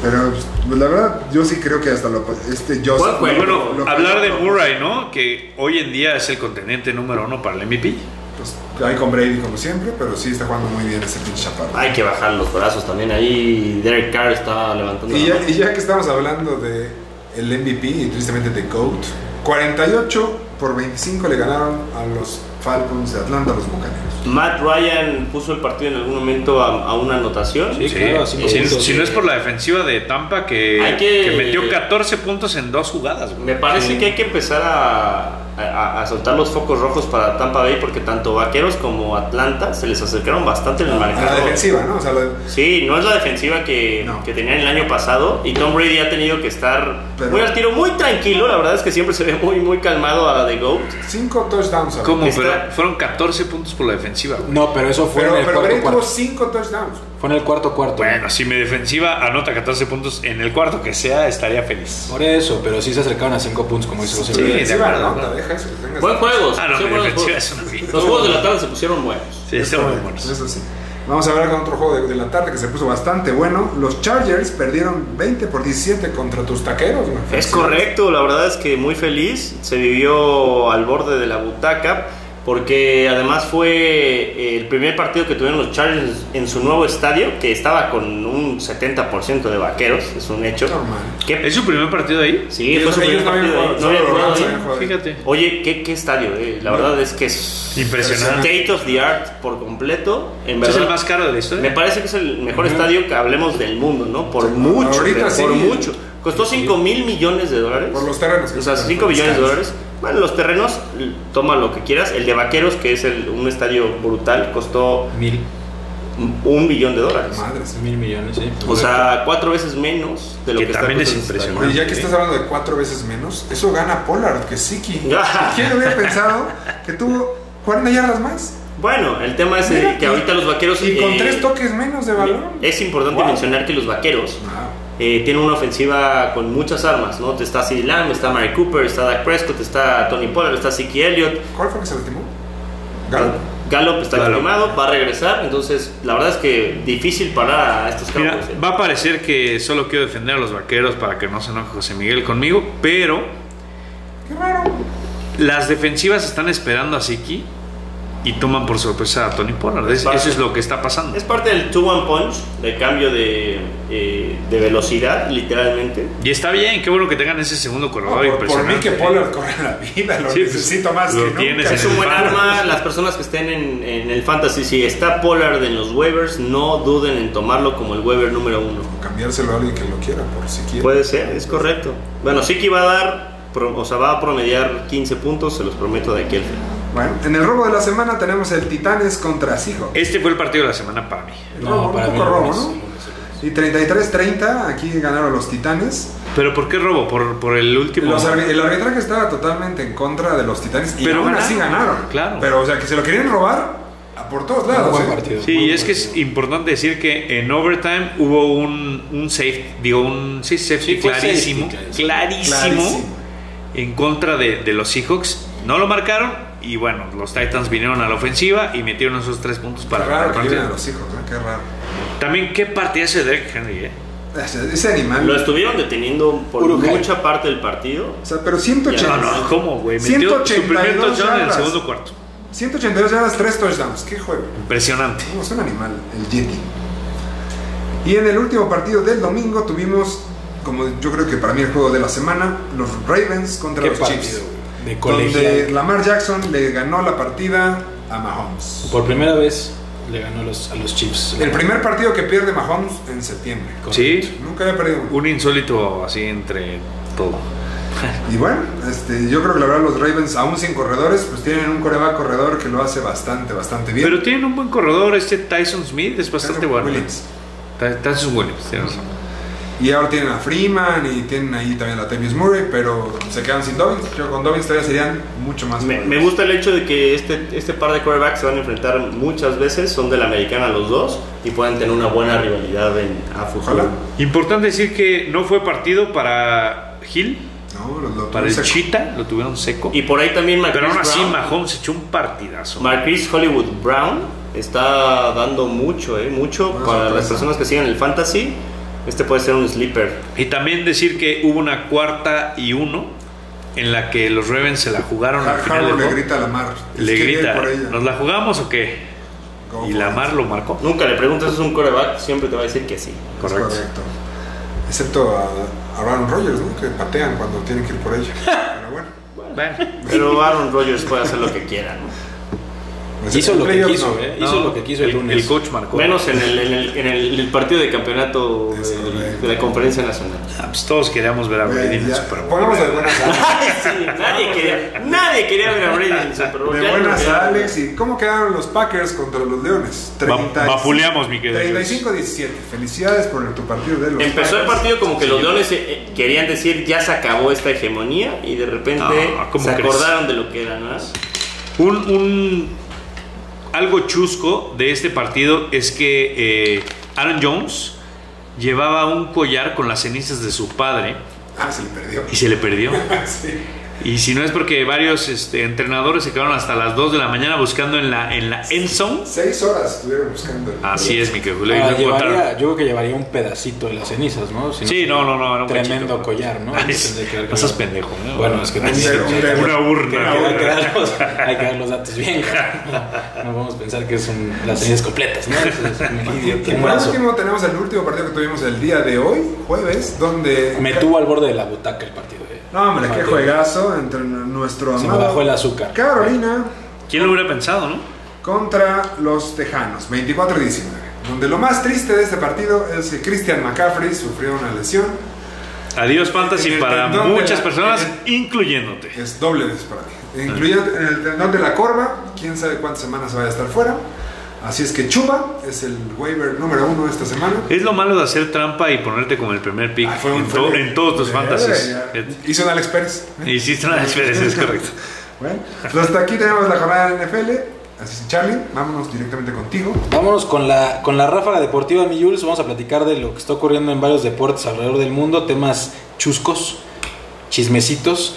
Pero pues, la verdad, yo sí creo que hasta lo, este yo
Buen juego.
Bueno,
lo- lo-
hablar de
lo-
Murray, ¿no? Que hoy en día es el contendiente número uno para el MVP.
pues, hay con Brady como siempre, pero sí está jugando muy bien ese pinche chaparro.
Hay que bajar los brazos también. Ahí Derek Carr está levantando
Y
la
ya,
mano.
y ya que estamos hablando de el MVP y tristemente de GOAT, 48 por 25 le ganaron a los Falcons de Atlanta, a los Bucaneros.
Matt Ryan puso el partido en algún momento a, a una anotación.
Sí, claro, cinco
si,
puntos.
si no es por la defensiva de Tampa que,
Hay que-
que metió 14 puntos en dos jugadas, güey.
Me parece que hay que empezar a, a- a soltar los focos rojos para Tampa Bay porque tanto Vaqueros como Atlanta se les acercaron bastante en el
A Ah, la
marcador.
defensiva, ¿no? O sea, la-
Sí, no es la defensiva que,
No.
que tenían el año pasado y Tom Brady ha tenido que estar
Pero-
muy al tiro, muy tranquilo. La verdad es que siempre se ve muy, muy calmado a The GOAT.
cinco touchdowns. a ver.
¿Cómo?
Está-
Pero fueron 14 puntos por la defensiva, güey.
No, pero eso fue
Pero,
en el
pero Brady
cuarto
tuvo
cuarto.
5 touchdowns.
Fue en el cuarto cuarto.
Bueno, si mi defensiva anota 14 puntos en el cuarto que sea, estaría feliz.
Por eso, pero sí se acercaron a 5 puntos, como dice José.
Sí,
Luis.
de
Defensiva,
acuerdo.
¿no? Deja eso, que tengas-
Buen juegos.
Ah, no,
sí,
mi
buenos
defensiva
juegos.
es una
Los juegos de la tarde se pusieron buenos.
Sí, son muy buenos.
Eso sí. Vamos a hablar con otro juego de, de la tarde que se puso bastante bueno. Los Chargers perdieron 20 por 17 contra tus taqueros. ¿no?
Es correcto, la verdad es que muy feliz, se vivió al borde de la butaca, porque además fue eh, el primer partido que tuvieron los Chargers en su nuevo estadio, que estaba con un 70% de vaqueros, es un hecho.
Normal.
¿Qué?
¿Es su primer partido ahí?
Sí, fue
Ellos-
su
ellos
primer
no habían
partido,
jugado,
¿eh? No
solo
habían
los
jugado
Rams
ahí.
habían jugado ahí.
Fíjate.
Oye, ¿qué, qué estadio? eh? La verdad es que es
Impresionante.
state of the art por completo. En
¿Es
verdad,
el más caro de la
me
historia?
parece que es el mejor estadio que hablemos del mundo, ¿no? Por
Sí,
mucho,
ahorita
pero
sí.
por mucho. Costó 5 mil millones de dólares.
Por los terrenos. que
O sea,
se
5
fueron.
millones de dólares. Bueno, los terrenos, l- toma lo que quieras. El de Vaqueros, que es el- un estadio brutal, costó
Mil,
un- un millón de dólares.
Madres.
mil millones, sí.
O sea, cuatro veces menos de lo que,
Que
está
también es
costando este ese
Y
impresionante.
ya que estás hablando de cuatro veces menos, eso gana Pollard, que Siki.
Ah.
¿Quién hubiera pensado que tuvo 40 yardas más?
estadio. Bueno, el tema es eh,
Mira,
que ahorita los Vaqueros...
Y con
eh,
tres toques menos de balón.
Es importante mencionar que los Vaqueros
Ah,
eh, tienen una ofensiva con muchas armas, ¿no? Está CeeDee Lamb, está Mary Cooper, está Dak Prescott, está Tony Pollard, está Siki Elliott.
¿Cuál fue que se lastimó? Gallup.
Gallup está
Gallup.
lastimado, va a regresar. Entonces, la verdad es que difícil parar a estos
Mira,
campos. eh.
va a parecer que solo quiero defender a los vaqueros para que no se enoje José Miguel conmigo, pero
Qué raro.
las defensivas están esperando a Siki y toman por sorpresa a Tony Pollard. Es- eso es lo que está pasando.
Es parte del two-one punch, del cambio de, eh, de velocidad, literalmente.
Y está bien, qué bueno que tengan ese segundo corredor
por, por
impresionante.
mí que Pollard corre la vida, lo
Sí, pues,
necesito más
lo
que nunca.
tienes
Es un buen
Fantasy.
arma. Las personas que estén en, en el fantasy, si está Pollard en los waivers, no duden en tomarlo como el waiver número uno.
Cambiárselo a alguien que lo quiera, por si quiere.
Puede ser, es correcto. Bueno, sí que va a dar, pro- o sea, va a promediar 15 puntos, se los prometo de aquí al final.
Bueno, en el robo de la semana tenemos el Titanes contra Seahawks.
Este fue el partido de la semana para mí.
El
Eh, No,
robo,
para
un
mí
poco
no
robo,
es.
¿no? Y 33-30, aquí ganaron los Titanes.
¿Pero por qué robo? ¿Por, por el último?
Los arbi- el arbitraje estaba totalmente en contra de los Titanes y
Pero
aún así
ganaron,
ganaron.
claro.
Pero, o sea, que se lo querían robar a por todos lados.
buen
¿eh?
partido.
Sí, y es que es importante decir que en overtime hubo un, un safe, digo, un sí, safety
Sí, fue
clarísimo,
safety,
clarísimo,
Clarísimo.
en contra de, de los Seahawks. No lo marcaron y bueno, los Titans vinieron a la ofensiva y metieron esos tres puntos para
Qué raro
ganar
que
el
vienen a
partido.
los hijos, ¿no? qué raro.
También, ¿qué partidazo de Derrick Henry? eh?
Ese, ese animal.
Lo estuvieron deteniendo por
Uruguay.
mucha parte del partido.
o sea, pero 180.
No, no, ¿cómo, güey? Metió su primer
182
touchdown en el
yardas.
segundo cuarto.
182 yardas, 3 touchdowns. Qué juego.
Impresionante.
No, es un animal, el Yeti. Y en el último partido del domingo tuvimos, como yo creo que para mí el juego de la semana, los Ravens contra
Qué
los
partido,
Chiefs.
güey, de
Donde
colegial.
Lamar Jackson le ganó la partida a Mahomes.
Por primera vez le ganó a los, a los Chiefs.
El primer partido que pierde Mahomes en septiembre.
Sí,
Nunca había perdido. uno.
un insólito así entre todo.
Y bueno, este, yo creo que la verdad los Ravens, aún sin corredores, pues tienen un coreback corredor que lo hace bastante, bastante bien.
Pero tienen un buen corredor, este Tyson Smith es bastante
Tyson
bueno. ¿eh?
Williams.
Ty- Tyson Williams, tienes razón.
Y ahora tienen a Freeman y tienen ahí también a Tavius Murray, pero se quedan sin Dobbins. Yo con Dobbins todavía serían mucho más.
Me,
pobres.
me gusta el hecho de que este, este par de quarterbacks se van a enfrentar muchas veces, son de la americana los dos y pueden tener una buena rivalidad en, a futuro.
Ojalá.
Importante decir que no fue partido para Hill,
No, los lo
para el
tuvimos a-
Cheetah, lo tuvieron seco.
Y por ahí también Marquise
pero aún así
Brown,
Mahomes echó un partidazo.
Marquise Hollywood Brown está dando mucho, eh, mucho
Buena
para
sorpresa.
las personas que siguen el fantasy. Este puede ser un sleeper.
y también decir que hubo una cuarta y uno en la que los Ravens se la jugaron al
Har-
final
Harbaugh
del
le
juego.
grita a Lamar. Es
Le
que viene
grita, ¿eh?
por ella.
¿nos la jugamos o qué?
Go
Y
for
Lamar
it.
lo marcó.
Nunca le preguntas es un quarterback, siempre te va a decir que sí.
Es
Correcto.
correcto. Excepto a, a Aaron Rodgers, ¿no? Que patean cuando tienen que ir por ella. Pero bueno.
Bueno,
Pero Aaron Rodgers puede hacer lo que quiera, ¿no?
pues
Hizo
en
lo que
playoffs,
quiso,
no.
¿eh? Hizo lo que quiso el lunes.
El coach marcó.
Menos en el, en el- en el- el partido de campeonato
Es
del-
correcto.
de la Conferencia Nacional.
Ah, pues todos queríamos ver a Brady
Güey,
en el
ya,
Super Bowl.
Pongamos de buenas a
Ay, sí, nadie, quería, nadie quería ver a Brady en el Super Bowl.
de
Ya
buenas
no
a
quería.
Alex. ¿Y cómo quedaron los Packers contra los Leones? 30 y-
vapuleamos, mi querido.
35-17. Felicidades por el- tu partido de los
Empezó el
Packers.
partido como que los Leones eh, eh, querían decir ya se acabó esta hegemonía y de repente
No, ¿cómo
se
crees?
acordaron de lo que era, ¿no?
Un, un- algo chusco de este partido es que eh, Aaron Jones llevaba un collar con las cenizas de su padre
Ah, se le perdió.
y se le perdió.
Sí.
Y si no es porque varios este, entrenadores se quedaron hasta las 2 de la mañana buscando en la en la end zone.
Seis horas estuvieron buscando. el-
Así es, mi querido. Julio, y
Ah,
lo encontraron.
llevaría- yo creo que llevaría un pedacito de las cenizas, ¿no? Si
Sí, no, no, no, era un
Tremendo
cachito.
collar, ¿no?
Ay,
Tendría que haber
no seas
quedado-
pendejo, ¿no?
Bueno, es que
Un
también-
cero, un cero.
Una urna.
Hay que dar los, hay que dar los datos bien. No, no vamos a pensar que son las series completas, ¿no? Es- es un- un
Por
brazo.
último tenemos el último partido que tuvimos el día de hoy, jueves, donde...
Me tuvo al borde de la butaca el partido. eh.
No, hombre, qué
Martín.
juegazo entre nuestro amado...
Se me bajó el azúcar.
Carolina
¿Quién lo hubiera pensado, no?
contra los Tejanos, 24-19. Donde lo más triste de este partido es que Christian McCaffrey sufrió una lesión.
Adiós, Fantasy,
En el
para
tendón de
muchas
la-
personas,
en
incluyéndote.
Es doble de para
Ah.
Incluyendo en el tendón de la corva, quién sabe cuántas semanas vaya a estar fuera. Así es que Chuba es el waiver número uno esta semana.
Es lo malo de hacer trampa y ponerte como el primer pick
Ah, fue un-
en,
fue
to-
un-
en todos tus
Eh,
fantasies.
ya.
Et-
Hizo un Alex Pérez.
Hiciste una diferencia, es correcto.
Bueno, pues hasta aquí tenemos la jornada de NFL. Así es, Charlie, vámonos directamente contigo.
Vámonos con la, con la ráfaga deportiva, mi Jules. Vamos a platicar de lo que está ocurriendo en varios deportes alrededor del mundo. Temas chuscos, chismecitos.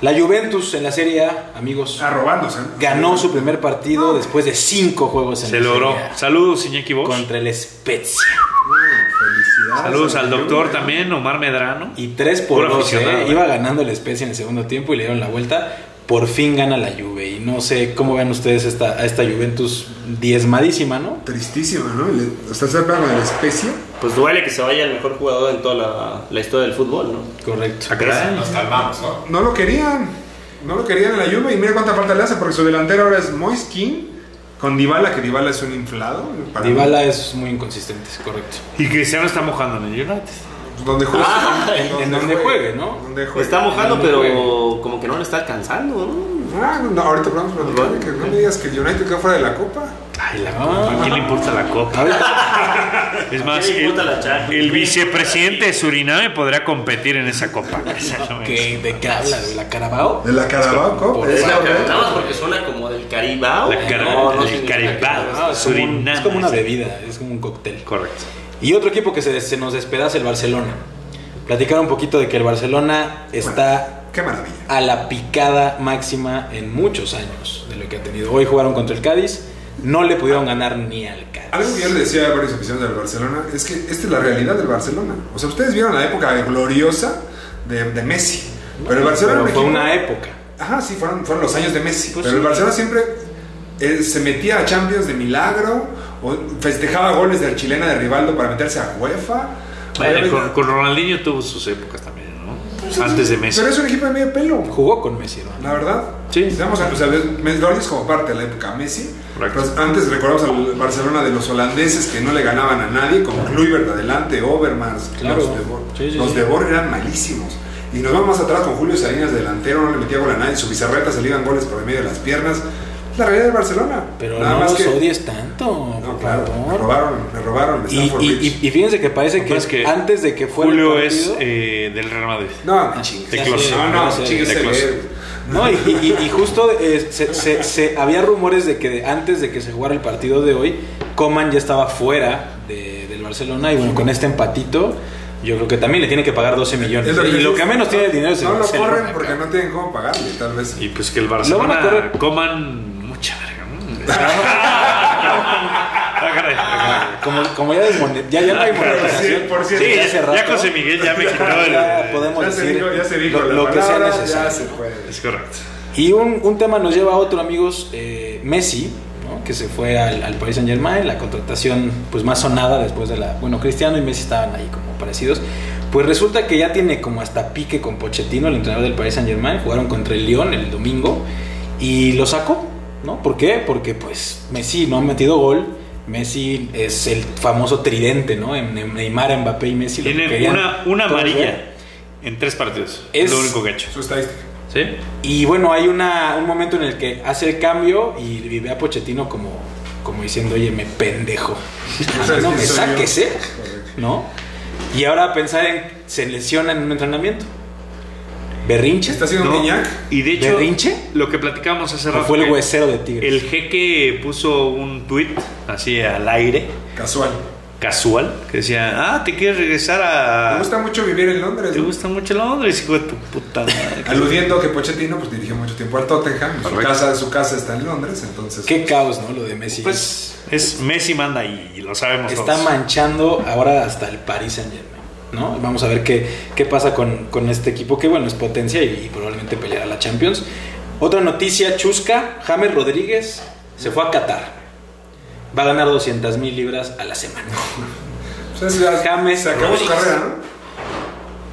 La Juventus en la Serie A, amigos,
Arrobándose.
ganó su primer partido después de cinco juegos en
Se
la
logró.
Serie A.
Saludos, Iñaki Bosch.
Contra el Spezia.
Felicidades.
Saludos al doctor
Juve.
también, Omar Medrano.
Y 3 por
Puro
2,
aficionado, eh.
Iba ganando la especie en el segundo tiempo y le dieron la vuelta. Por fin gana la Juve. Y no sé cómo ven ustedes esta, a esta Juventus diezmadísima, ¿no?
Tristísimo, ¿no? Le- ¿Estás hablando de la especie?
Pues duele que se vaya el mejor jugador en toda la, la historia del fútbol, ¿no?
Correcto.
Caray.
Nos calmamos, ¿no?
No lo querían. No lo querían en la Juve y mira cuánta falta le hace porque su delantero ahora es Moiskin con Dybala, que Dybala es un inflado. para mí.
Dybala es muy inconsistente, es correcto.
Y Cristiano está mojando en el United.
Donde juegue.
Ah, en donde juegue, ¿no?
Donde juegue.
Está mojando,
no, no
pero
juega.
como que no le está alcanzando, ¿no?
Ah, no, ahorita hablamos pero que no me digas que el United quedó fuera de la Copa.
Ah,
Ay, la copa. ¿A quién le importa la copa? Es más,
le
el,
importa la Champions?
el vicepresidente de Suriname podrá competir en esa copa. Exactamente.
¿Qué, ¿De qué habla? ¿De la Carabao?
¿De la Carabao Cup?
Es
¿Es
la
la
que
verdad?
cantamos porque suena como del Caribao.
La cara-
No, no
el
significa Caribao.
Caribao,
es, como un-
Suriname.
es como una bebida, es como un cóctel.
Correcto.
Y otro equipo que se, se nos despedaza, el Barcelona. Platicar un poquito de que el Barcelona está
Qué maravilla.
a la picada máxima en muchos años de lo que ha tenido. Hoy jugaron contra el Cádiz, no le pudieron ganar ni al Cádiz.
Algo que yo le decía a varios aficionados del Barcelona es que esta es la realidad del Barcelona. O sea, ustedes vieron la época gloriosa de, de Messi. Pero el Barcelona
Pero
era un equipo-
fue una época.
Ajá, sí, fueron, fueron los años de Messi.
Pues
pero el
sí.
Barcelona siempre eh, se metía a Champions de milagro, o festejaba goles del chilena de Rivaldo para meterse a UEFA.
Bueno,
Obviamente-
Eh, con, con Ronaldinho tuvo sus épocas también, ¿no? Antes de Messi.
Pero es un equipo de medio pelo,
Jugó con Messi, ¿no?
la verdad.
Sí.
Estamos a, o sea, Messi Dorjes como parte de la época Messi.
Correcto.
Pues antes recordamos al Barcelona de los holandeses que no le ganaban a nadie, con Kluivert adelante, Overmars,
Claro.
los de Bor.
Sí, sí,
los
sí.
de Bor eran malísimos. Y nos vamos más atrás con Julio Salinas delantero, no le metía gol a nadie, su bizarreta salían goles por el medio de las piernas. La realidad del Barcelona.
Pero
Nada
no
más
los
que-
odies tanto.
No,
por
claro, me
favor.
robaron, me robaron el
Y,
Stanford
y-
Bridge.
y- y fíjense que parece que,
Pues que
antes de que fuera
Julio
el
es
partido-
eh, del Real Madrid.
No, me chingues.
Te close.
No,
Ah, Ya
no,
sé.
chingues.
Te close.
el-
No, y, y- y- y justo eh, se, se- se- había rumores de que de- antes de que se jugara el partido de hoy, Coman ya estaba fuera de- del Barcelona y bueno, con este empatito, yo creo que también le tiene que pagar 12 millones.
Es lo que
y lo
dices.
que menos tiene el dinero es el
No lo
Barcelona.
corren porque no tienen cómo pagarle, tal vez.
Y pues que el
Lo van a
Barcelona
correr.
coman mucha verga. ¿no?
Como, como ya, desmonet- ya, ya no hay monetización.
por
Sí,
cierto.
ya
ya,
hace rato.
ya José Miguel ya me quitó el.
Ya podemos
Ya se
decir
dijo, ya se dijo
lo,
la
lo que sea
palabra,
necesario.
Ya se puede.
Es correcto.
Y un, un tema nos lleva a otro, amigos, eh, Messi, ¿no? que se fue al, al Paris Saint Germain, la contratación pues más sonada después de la... Bueno, Cristiano y Messi estaban ahí como parecidos. Pues resulta que ya tiene como hasta pique con Pochettino, el entrenador del Paris Saint Germain, jugaron contra el Lyon el domingo y lo sacó, ¿no? ¿Por qué? Porque pues Messi no ha metido gol. Messi es el famoso tridente, ¿no? En- en Neymar, Mbappé y Messi. lo que
Tienen
querían
una, una
todos ver.
amarilla en tres partidos.
Es-
Es lo único que ha hecho.
Su estadística.
¿Sí?
Y bueno, hay una, un momento en el que hace el cambio y, y ve a Pochettino como, como diciendo, oye, me pendejo. A mí no me
Soy yo.
saques, ¿eh? ¿No? Y ahora pensar en, se lesiona en un entrenamiento. ¿Berrinche?
Está haciendo
No,
un Guiñac.
Y de hecho,
¿Berrinche?
lo que platicamos hace
¿O
rato.
fue el
que
huesero de Tigres?
el jeque puso un tweet así al aire,
Casual.
casual, que decía: Ah, te quieres regresar a.
Me gusta mucho vivir en Londres.
¿Te
¿no?
gusta mucho Londres, hijo de tu puta madre?
Aludiendo que Pochettino pues, dirigió mucho tiempo al Tottenham. Su
Correcto.
casa, su casa está en Londres, entonces.
Qué caos, ¿no? Lo de Messi.
Pues es Messi manda y, y lo sabemos
Está
todos.
manchando ahora hasta el Paris Saint Germain. ¿no? Vamos a ver qué, qué pasa con, con este equipo que bueno es potencia y, y probablemente peleará la Champions. Otra noticia chusca, James Rodríguez se fue a Qatar. Va a ganar 200 mil libras a la semana.
Entonces ya
James
pues, se acabó su
Rodríguez.
carrera, ¿no?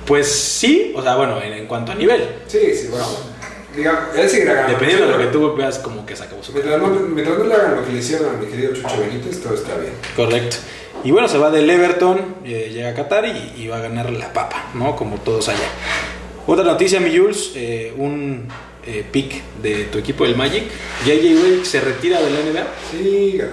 Pues sí, o sea, bueno, en, en cuanto a nivel.
Sí, sí, bueno. Diga, él seguirá ganando.
Dependiendo de lo que
Ah, Sí, Pues
tú veas, como que se acabó su carrera.
Mientras no, mientras no le hagan lo que le hicieron a mi querido Chucho Benítez, todo está bien.
Correcto. Y bueno, se va del Everton, eh, llega a Qatar y, y va a ganar la papa, ¿no? Como todos allá. Otra noticia, mi Jules, eh, un eh, pick de tu equipo, el Magic. JJ Redick se retira de la NBA.
Sí, gran-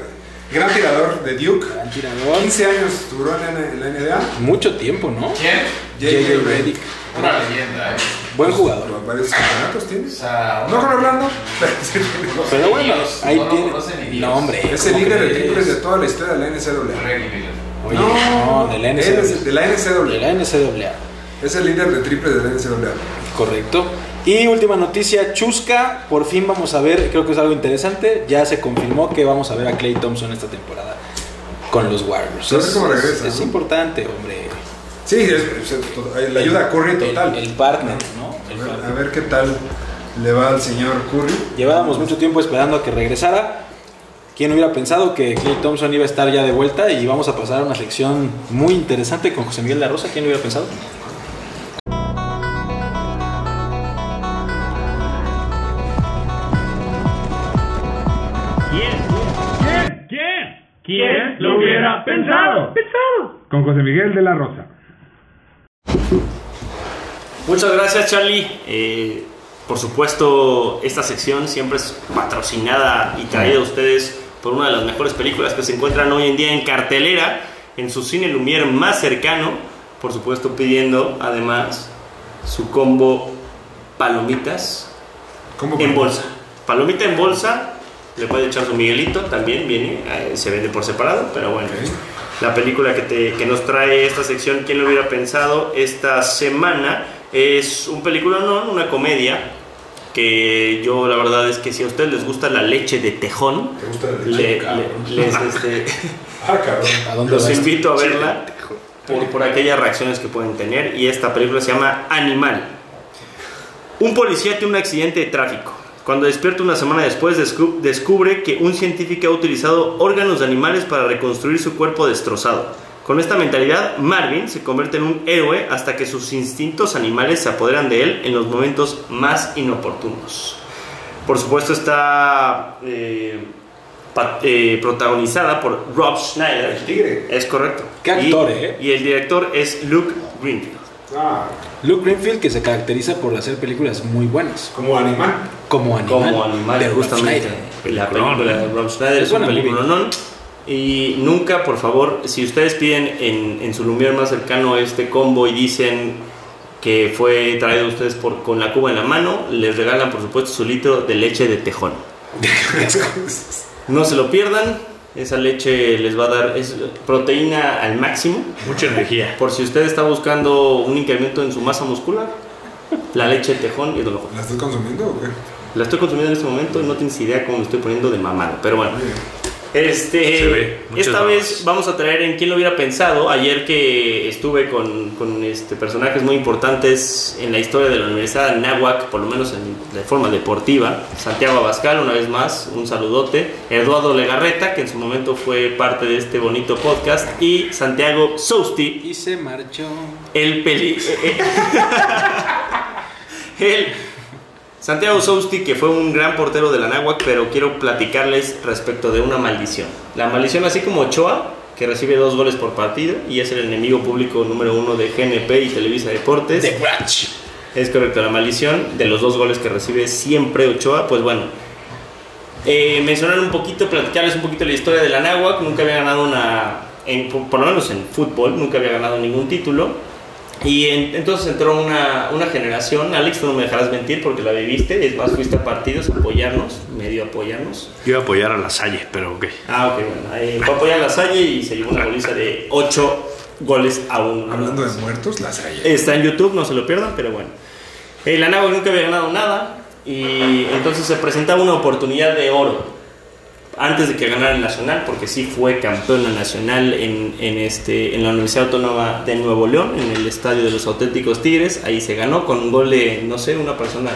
gran tirador de Duke.
Gran tirador.
15 años duró en la NBA.
Mucho tiempo, ¿no?
¿Quién?
J.J.
JJ Redick.
Una leyenda, ¿eh?
Buen jugador.
¿Varios campeonatos
O
tienes?
sea,
No con Orlando.
Pero bueno, ahí
no
tiene.
Lo conoce ni Dios.
no, hombre.
Es el
¿cómo
líder de
crees?
triples de toda la historia de la NCAA.
Rey Miguel.
Oye, no, de la
él es
NCAA.
de la
De
NCAA.
la NCAA.
Es el líder de triples de la NCAA.
Correcto. Y última noticia, Chusca, por fin vamos a ver, creo que es algo interesante, ya se confirmó que vamos a ver a Clay Thompson esta temporada con los Warriors.
A ver cómo regresa,
es
¿no?
importante, hombre.
Sí, es- es- es- la ayuda a Curry total.
El, el partner, ¿no? El
A ver-
partner.
a ver qué tal le va al señor Curry.
Llevábamos mucho tiempo esperando a que regresara. ¿Quién hubiera pensado que Clay Thompson iba a estar ya de vuelta y vamos a pasar a una sección muy interesante con José Miguel de la Rosa? ¿Quién lo hubiera pensado?
¿Quién? ¿Quién? ¿Quién lo hubiera pensado? Pensado. Con José Miguel de la Rosa.
Muchas gracias, Charlie. Eh, Por supuesto, esta sección siempre es patrocinada y traída a ustedes por una de las mejores películas que se encuentran hoy en día en cartelera, en su cine Lumière más cercano. Por supuesto, pidiendo además su combo palomitas
¿Cómo
en bolsa. Palomita en bolsa, le puede echar su Miguelito, también viene, eh, se vende por separado, pero bueno. La película que, te- que nos trae esta sección, ¿quién lo hubiera pensado? Esta semana es un película, no, una comedia, que yo la verdad es que si a ustedes les gusta la leche de tejón,
¿Te gusta la
le-
leche?
le- les, este,
Ah, cabrón.
¿A dónde
los
vas?
invito a verla por, por aquellas reacciones que pueden tener. Y esta película se llama Animal. Un policía tiene un accidente de tráfico. Cuando despierta una semana después, descu- descubre que un científico ha utilizado órganos de animales para reconstruir su cuerpo destrozado. Con esta mentalidad, Marvin se convierte en un héroe hasta que sus instintos animales se apoderan de él en los momentos más inoportunos. Por supuesto está eh, pa- eh, protagonizada por Rob Schneider.
El tigre.
Es correcto.
Qué
Y-
actor, ¿eh?
Y el director es Luke Greenfield.
Ah,
Luke Greenfield que se caracteriza por hacer películas muy buenas.
como animal.
Como animal. pues,
Como animal,
de Rob
justamente.
Schneider.
La película de Rob Schneider
Es
es un
buena movie.
peliculonón. Y nunca, por favor, si ustedes piden en, en su lumier más cercano este combo y dicen que fue traído a ustedes por, con la cuba en la mano, les regalan, por supuesto, su litro de leche de tejón. No se lo pierdan. Esa leche les va a dar es proteína al máximo.
Mucha energía.
Por si usted está buscando un incremento en su masa muscular, la leche de tejón es lo mejor.
¿La estás consumiendo o qué?
La estoy consumiendo en este momento y no tienes idea cómo me estoy poniendo de mamado. Pero bueno. Este,
Se ve, muchas
esta
mamadas.
vez vamos a traer en quien lo hubiera pensado. Ayer que estuve con, con, este, personajes muy importantes en la historia de la Universidad de Nahuac, por lo menos en, de forma deportiva. Santiago Abascal, una vez más, un saludote. Eduardo Legarreta, que en su momento fue parte de este bonito podcast. Y Santiago Sousti,
Y se marchó.
el peli. el Santiago Sousti, que fue un gran portero de la Náhuac, pero quiero platicarles respecto de una maldición. La maldición, así como Ochoa, que recibe dos goles por partido y es el enemigo público número uno de GNP y Televisa Deportes.
The Bratch.
Es correcto, la maldición de los dos goles que recibe siempre Ochoa, pues bueno. Eh, mencionar un poquito, platicarles un poquito la historia de la Náhuac, nunca había ganado una, en- por lo menos en fútbol, nunca había ganado ningún título. Y en- entonces entró una, una generación, Alex, tú no me dejarás mentir porque la viviste, es más, fuiste a partidos a apoyarnos, medio a apoyarnos.
Iba a apoyar a la Salle, pero ok.
Ah, ok, bueno, eh, fue a apoyar a la Salle y se llevó una goliza de 8 goles a 1.
Hablando de muertos, las
Eh,
galletas.
Está en YouTube, no se lo pierdan, pero bueno. El Anáhuac nunca había ganado nada y entonces se presentaba una oportunidad de oro antes de que ganara el Nacional, porque sí fue campeona nacional en, en este, en la Universidad Autónoma de Nuevo León, en el Estadio de los Auténticos Tigres. Ahí se ganó con un gol de, no sé, una persona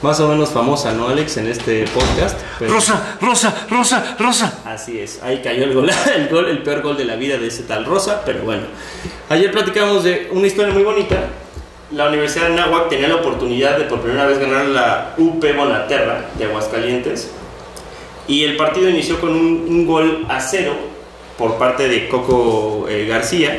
más o menos famosa, ¿no, Alex? En este podcast. pero-
Rosa, Rosa, Rosa, Rosa.
Así es, ahí cayó el gol, el gol, el peor gol de la vida de ese tal Rosa, pero bueno. Ayer platicamos de una historia muy bonita. La Universidad de Nahuac tenía la oportunidad de por primera vez ganar la UP Bonaterra de Aguascalientes. Y el partido inició con un, un gol a cero por parte de Coco eh, García.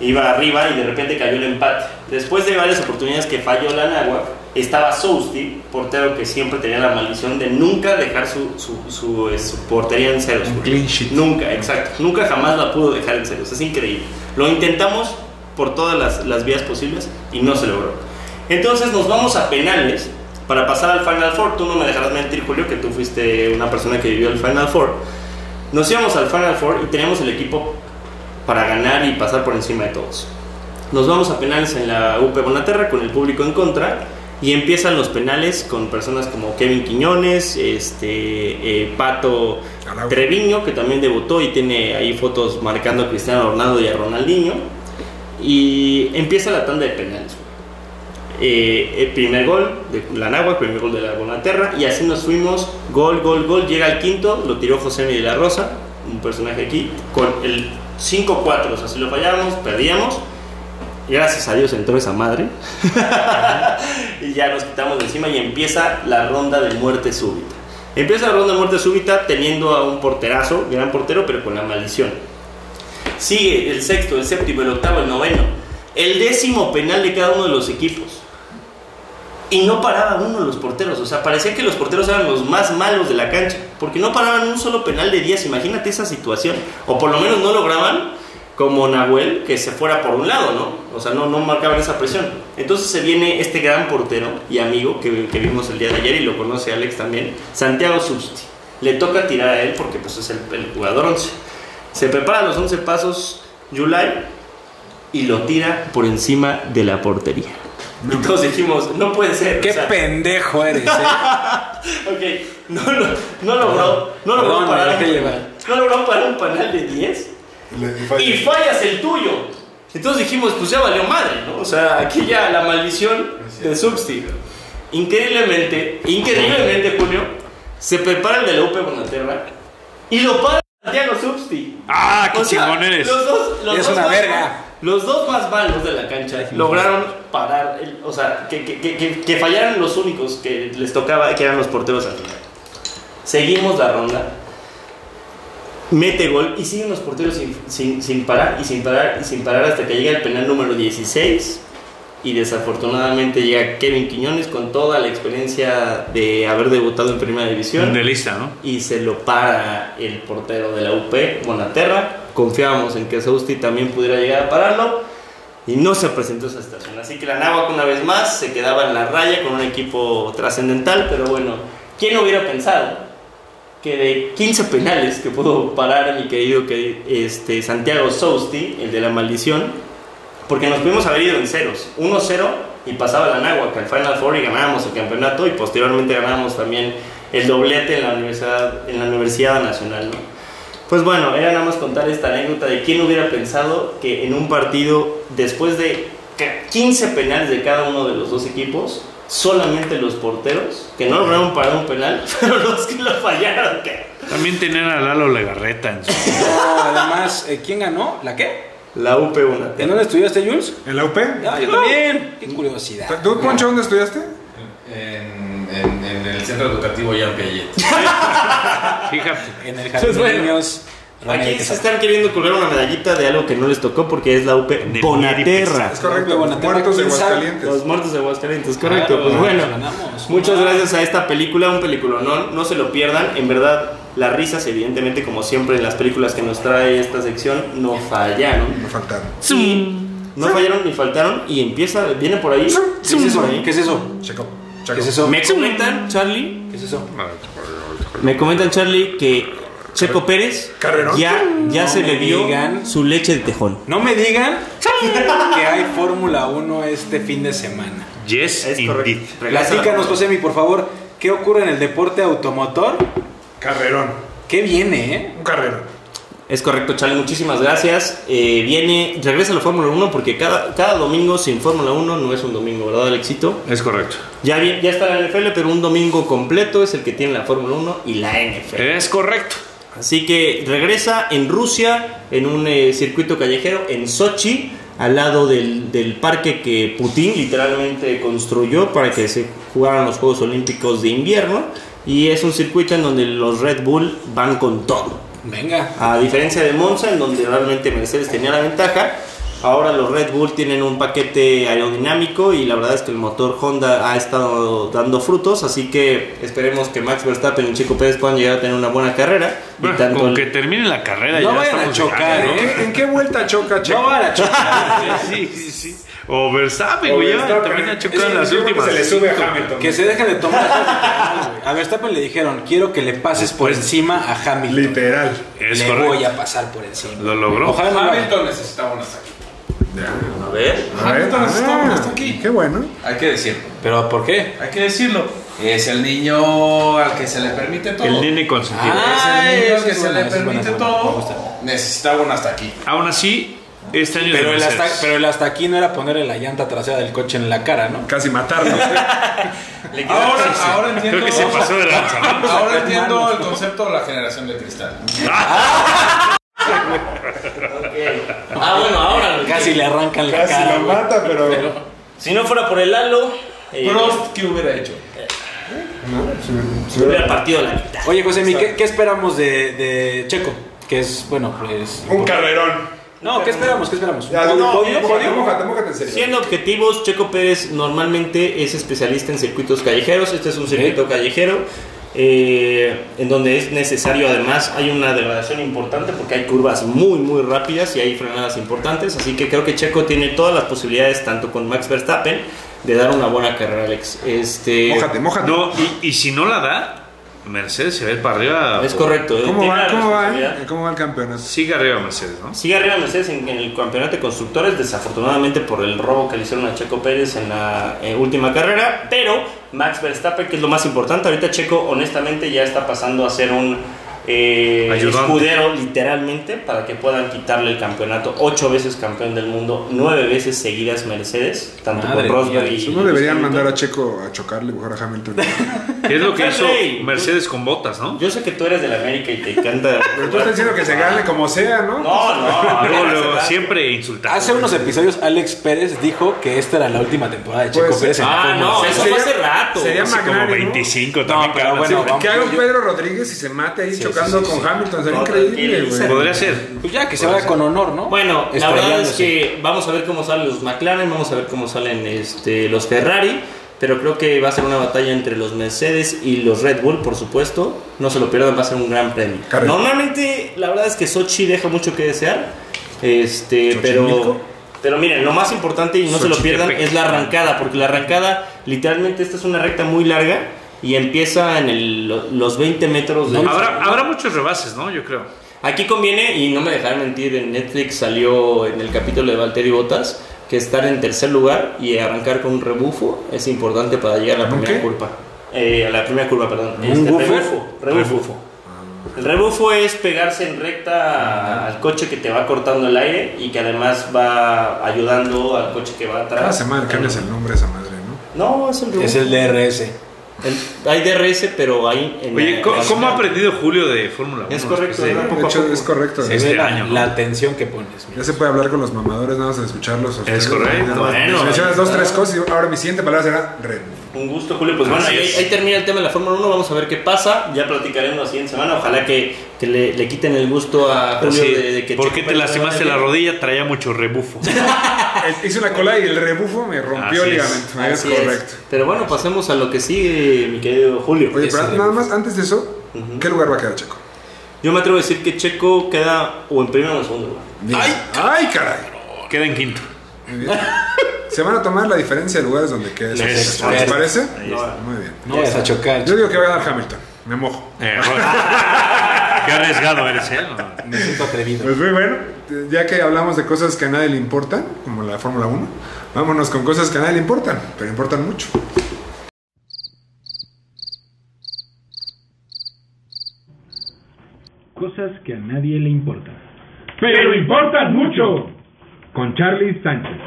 Iba arriba y de repente cayó el empate. Después de varias oportunidades que falló la Nahuac, estaba Sousti, portero que siempre tenía la maldición de nunca dejar su, su- su, eh, su portería en ceros.
Un clean sheet.
Nunca, exacto. Nunca jamás la pudo dejar en ceros. Es increíble. Lo intentamos por todas las, las vías posibles y no se logró. Entonces nos vamos a penales para pasar al Final Four. Tú no me dejarás mentir, Julio, que tú fuiste una persona que vivió el Final Four. Nos íbamos al Final Four y teníamos el equipo para ganar y pasar por encima de todos. Nos vamos a penales en la UP Bonaterra con el público en contra y empiezan los penales con personas como Kevin Quiñones, este eh, Pato
Araujo.
Treviño que también debutó y tiene ahí fotos marcando a Cristiano Ronaldo y a Ronaldinho y empieza la tanda de penales. Eh, el primer gol de la Nagua, primer gol de la Bonaterra y así nos fuimos, gol, gol, gol, llega el quinto, lo tiró José Miguel de la Rosa, un personaje aquí, con el 5-4, o sea, si lo fallábamos, perdíamos, y gracias a Dios entró esa madre, y ya nos quitamos de encima y empieza la ronda de muerte súbita. Empieza la ronda de muerte súbita teniendo a un porterazo, gran portero, pero con la maldición. Sigue el sexto, el séptimo, el octavo, el noveno. El décimo penal de cada uno de los equipos. Y no paraba uno de los porteros, o sea, parecía que los porteros eran los más malos de la cancha, porque no paraban un solo penal de 10, imagínate esa situación, o por lo menos no lograban como Nahuel que se fuera por un lado, ¿no? O sea, no, no marcaban esa presión. Entonces se viene este gran portero y amigo que, que vimos el día de ayer y lo conoce Alex también, Santiago Susti. Le toca tirar a él porque pues es el, el jugador 11. Se prepara los 11 pasos July y lo tira por encima de la portería. Y todos dijimos, no puede ser.
Qué
o sea,
pendejo eres, eh.
Ok, no, lo- no logró, no logró
Perdón,
parar.
me dejé
un-
llevar. Pues
No logró parar un panal de 10 y fallas el tuyo. Entonces dijimos, pues ya valió madre, ¿no? O sea, aquí ya la maldición de Substi. Increíblemente, increíblemente, Julio, se prepara el de la UP Bonaterra y lo para Santiago Substi.
¡Ah, qué
O sea,
chingón eres!
Los dos, los
Es
dos
una
más-
verga.
Los dos más malos de la cancha lograron parar, el- o sea, que, que, que- que- que fallaran los únicos que les tocaba, que eran los porteros al final. Seguimos la ronda. Mete gol y siguen los porteros sin, sin- sin parar y sin parar y sin parar hasta que llega el penal número 16. Y desafortunadamente llega Kevin Quiñones con toda la experiencia de haber debutado en Primera División
De lista, ¿no?
y se lo para el portero de la UP, Bonaterra. Confiábamos en que Sausti también pudiera llegar a pararlo y no se presentó esa estación. Así que la Náhuac una vez más se quedaba en la raya con un equipo trascendental, pero bueno, ¿quién hubiera pensado que de 15 penales que pudo parar mi querido que- este, Santiago Sousti, el de la maldición, porque nos pudimos haber ido en ceros, 1-0 y pasaba la Náhuac al Final Four y ganábamos el campeonato y posteriormente ganábamos también el doblete en la Universidad, en la universidad Nacional, ¿no? Pues bueno, era nada más contar esta anécdota de quién hubiera pensado que en un partido, después de ca- 15 penales de cada uno de los dos equipos, solamente los porteros, que no lograron parar un penal, pero los que lo fallaron, que
También tenían a Lalo Legarreta en su...
No, además, eh, ¿quién ganó? ¿La qué?
la UP una.
¿En dónde estudiaste, Jules?
¿En la UP?
Ah, yo también. Qué curiosidad.
¿Tú, Poncho, dónde estudiaste?
En, en, en el centro educativo Jean Piaget.
Fíjate.
En el jardín
Pues,
de
bueno.
niños. Romero y
Aquí se
Quesada.
están queriendo colgar una medallita de algo que no les tocó porque es la UP
Neri
Bonaterra.
Es correcto,
Bueno, tengo
muertos de
quién sabe.
Aguascalientes.
Los muertos de Aguascalientes, correcto.
Claro,
pues bueno,
ganamos.
muchas gracias a esta película, un peliculonón, no se lo pierdan. En verdad, las risas, evidentemente, como siempre en las películas que nos trae esta sección, no fallaron.
Me faltaron.
Y no fallaron ni faltaron y empieza, viene por ahí.
¿Qué es eso? ¿Qué es eso?
Checo.
¿Qué
Checo.
es eso?
este. Me comentan, Charlie,
¿Qué es eso?
me comentan, Charlie, que Checo Pérez
Carrerón.
ya, ya
No
se
me
bebió
digan.
su leche de tejón.
No me digan que hay Fórmula 1 este fin de semana.
Yes,
Es
indeed.
correcto. Regresa.
Platícanos, Josemi, por favor, ¿qué ocurre en el deporte automotor?
Carrerón.
¿Qué viene, eh?
Un carrerón.
Es correcto, Charlie, muchísimas gracias. Eh, viene, regresa la Fórmula 1 porque cada, cada domingo sin Fórmula 1 no es un domingo, ¿verdad, Alexito?
Es correcto.
Ya, vi- ya está la NFL, pero un domingo completo es el que tiene la Fórmula 1 y la NFL.
Es correcto.
Así que regresa en Rusia, en un eh, circuito callejero, en Sochi, al lado del, del parque que Putin literalmente construyó para que se jugaran los Juegos Olímpicos de invierno. Y es un circuito en donde los Red Bull van con todo.
Venga.
A diferencia de Monza, en donde realmente Mercedes tenía la ventaja, ahora los Red Bull tienen un paquete aerodinámico y la verdad es que el motor Honda ha estado dando frutos, así que esperemos que Max Verstappen y Chico Pérez puedan llegar a tener una buena carrera. Y
Bueno,
tanto
con
el-
que termine la carrera
No
ya
vayan a
estamos
chocar,
llegando,
¿eh?
¿En qué vuelta choca Checo?
No van a chocar.
Sí, sí, sí. O Verstappen, güey, ya
Verstappen.
termina
Es
chocando en
que
las
yo creo que
últimas.
Se le sube a Hamilton.
Que se deje de tomar. A Verstappen le dijeron, quiero que le pases por encima a Hamilton.
Literal.
Es
le
correcto.
voy a pasar por encima.
Lo logró.
Ojalá no lo haga.
Hamilton necesitaba una saque.
A ver,
Hamilton está-
Ah,
está aquí.
Qué bueno.
Hay que decirlo,
¿Pero por qué?
hay que decirlo. Es el niño al que se le permite todo.
El nene consentido.
Ah,
es el niño al
eso
que
es
se
buena,
le
eso es
permite
buena, eso es buena, me gusta.
todo. Necesitaba una hasta aquí.
Aún así, este año
Ah. Pero
de
el, hasta,
Mercedes.
pero el hasta aquí no era ponerle la llanta trasera del coche en la cara, ¿no?
Casi matarlo.
Ahora, ahora entiendo.
Creo que se pasó de lanza, ¿no?
Ahora entiendo el concepto de la generación de cristal.
ah bueno, ahora lo
Casi le arrancan la
Casi
cara.
lo
güey.
mata, pero.
Si no fuera por el halo, eh,
Prost, ¿qué hubiera hecho?
se hubiera partido la mitad.
Oye, José, ¿qué, qué esperamos de, de Checo? Que es, bueno, pues...
Un carrerón.
No, ¿qué esperamos? ¿Qué esperamos?
Ya,
¿Podio?
no,
¿Podio?
mójate,
¿Podio?
mójate, mójate en serio.
Siendo objetivos, Checo Pérez normalmente es especialista en circuitos callejeros. Este es un circuito callejero eh, en donde es necesario, además, hay una degradación importante porque hay curvas muy, muy rápidas y hay frenadas importantes. Así que creo que Checo tiene todas las posibilidades, tanto con Max Verstappen, de dar una buena carrera, Alex. Este,
Mójate, mójate.
No, y, y si no la da, Mercedes se va a ir para arriba.
Es correcto. eh,
¿Cómo
tiene
va,
la
cómo va,
responsabilidad.
eh? ¿Cómo va el campeonato?
Sigue arriba Mercedes, ¿no?
Sigue arriba Mercedes en, en el campeonato de constructores, desafortunadamente por el robo que le hicieron a Checo Pérez en la eh, última carrera, pero Max Verstappen, que es lo más importante, ahorita Checo honestamente ya está pasando a ser un eh,
Ayudante.
escudero literalmente para que puedan quitarle el campeonato, ocho veces campeón del mundo, nueve veces seguidas Mercedes, tanto
Madre
con Rosberg
mía,
y...
Pues No deberían mandar a Checo a chocarle mejor a Hamilton.
¿Qué es lo que hizo
Ferrari.
Mercedes con botas, no?
Yo sé que tú eres del América y te encanta...
Pero tú estás diciendo que se gane como sea, ¿no?
No, no, a ver,
Luego,
la
luego,
verdad.
siempre insultando.
Hace unos episodios Alex Pérez dijo que esta era la última temporada de Checo
Pues,
Pérez en la
Ah,
Fórmula
no,
uno.
eso
Sería-
fue hace rato.
sería
Así como
Magnani, ¿no?
25
No,
también.
pero
cabrón.
bueno,
Sí,
vamos.
Que haga un
Yo-
Pedro Rodríguez y se mate ahí
Sí,
chocando
sí, sí,
con
sí.
Hamilton. Sería
No,
increíble,
tranquiliza.
güey.
Podría ser.
Pues ya que se vaya con honor, ¿no?
Bueno, la verdad es
Estrellándose.
que vamos a ver cómo salen los McLaren, vamos a ver cómo salen este, los Ferrari, pero creo que va a ser una batalla entre los Mercedes y los Red Bull, por supuesto. No se lo pierdan, va a ser un gran premio.
Carrera.
Normalmente, la verdad es que Sochi deja mucho que desear, este,
Xochimilco.
pero... Pero miren, lo más importante y no se lo pierdan
Xochitepec.
es la arrancada, porque la arrancada, literalmente, esta es una recta muy larga y empieza en el- lo- los 20 metros de
Habrá, habrá muchos rebases, ¿no? Yo creo.
Aquí conviene, y no me dejarán mentir, en Netflix salió en el capítulo de Valtteri Botas que estar en tercer lugar y arrancar con un rebufo es importante para llegar a la
¿Un
primera
qué?
curva. Eh, a la primera curva, perdón. Este,
¿Un buffer?
rebufo, rebufo. El rebufo es pegarse en recta al coche que te va cortando el aire y que además va ayudando al coche que va atrás.
Cada semana Ah, cambias el nombre a esa madre, ¿no?
No, es el rebufo.
Es el DRS.
El- hay DRS, pero hay... en
Oye,
la-
¿cómo,
en la-
cómo ha aprendido Julio de Fórmula 1?
Es correcto,
Sí.
¿verdad?
De
Poco a
hecho,
poco.
es correcto.
Se
Este
ve la,
año, ¿no?
la atención que pones. mira.
Ya se puede hablar con los mamadores, nada más a escucharlos. a ustedes.
correcto.
Nada más
Bueno.
les mencionas dos, tres cosas y ahora mi siguiente palabra será Red.
Un gusto, Julio. Pues bueno,
Así
ahí,
es.
ahí termina el tema de la Fórmula 1. Vamos a ver qué pasa. Ya platicaremos la siguiente semana. Ojalá que, que le, le quiten el gusto a Julio
Pues Sí.
de, de que.
¿Por qué
Checo
te
Pérez
lastimaste
no gane?
la rodilla? Traía mucho rebufo.
El- Hice una cola y el rebufo me rompió
Así
el
es.
ligamento. Es
Así es.
correcto.
Pero bueno, pasemos a lo que sigue, mi querido Julio.
Oye,
Eso.
pero nada más, antes de eso, ¿qué lugar va a quedar Checo?
Yo me atrevo a decir que Checo queda o en primero o en segundo lugar.
¡Ay! ¡Ay, caray!
Queda en quinto.
Muy bien. Se van a tomar la diferencia de lugares donde quede.
Les
Checo. ¿Les
expertos.
parece?
Ahí está.
Muy bien.
No vas a chocar.
Yo digo que va a ganar Hamilton. Me mojo.
Eh, joder. Qué arriesgado eres, ¿eh?
Me siento atrevido.
Pues muy bueno, ya que hablamos de cosas que a nadie le importan, como la Fórmula 1, vámonos con cosas que a nadie le importan, pero importan mucho.
Cosas que a nadie le importan. Pero importan mucho. Con Charlie Sánchez.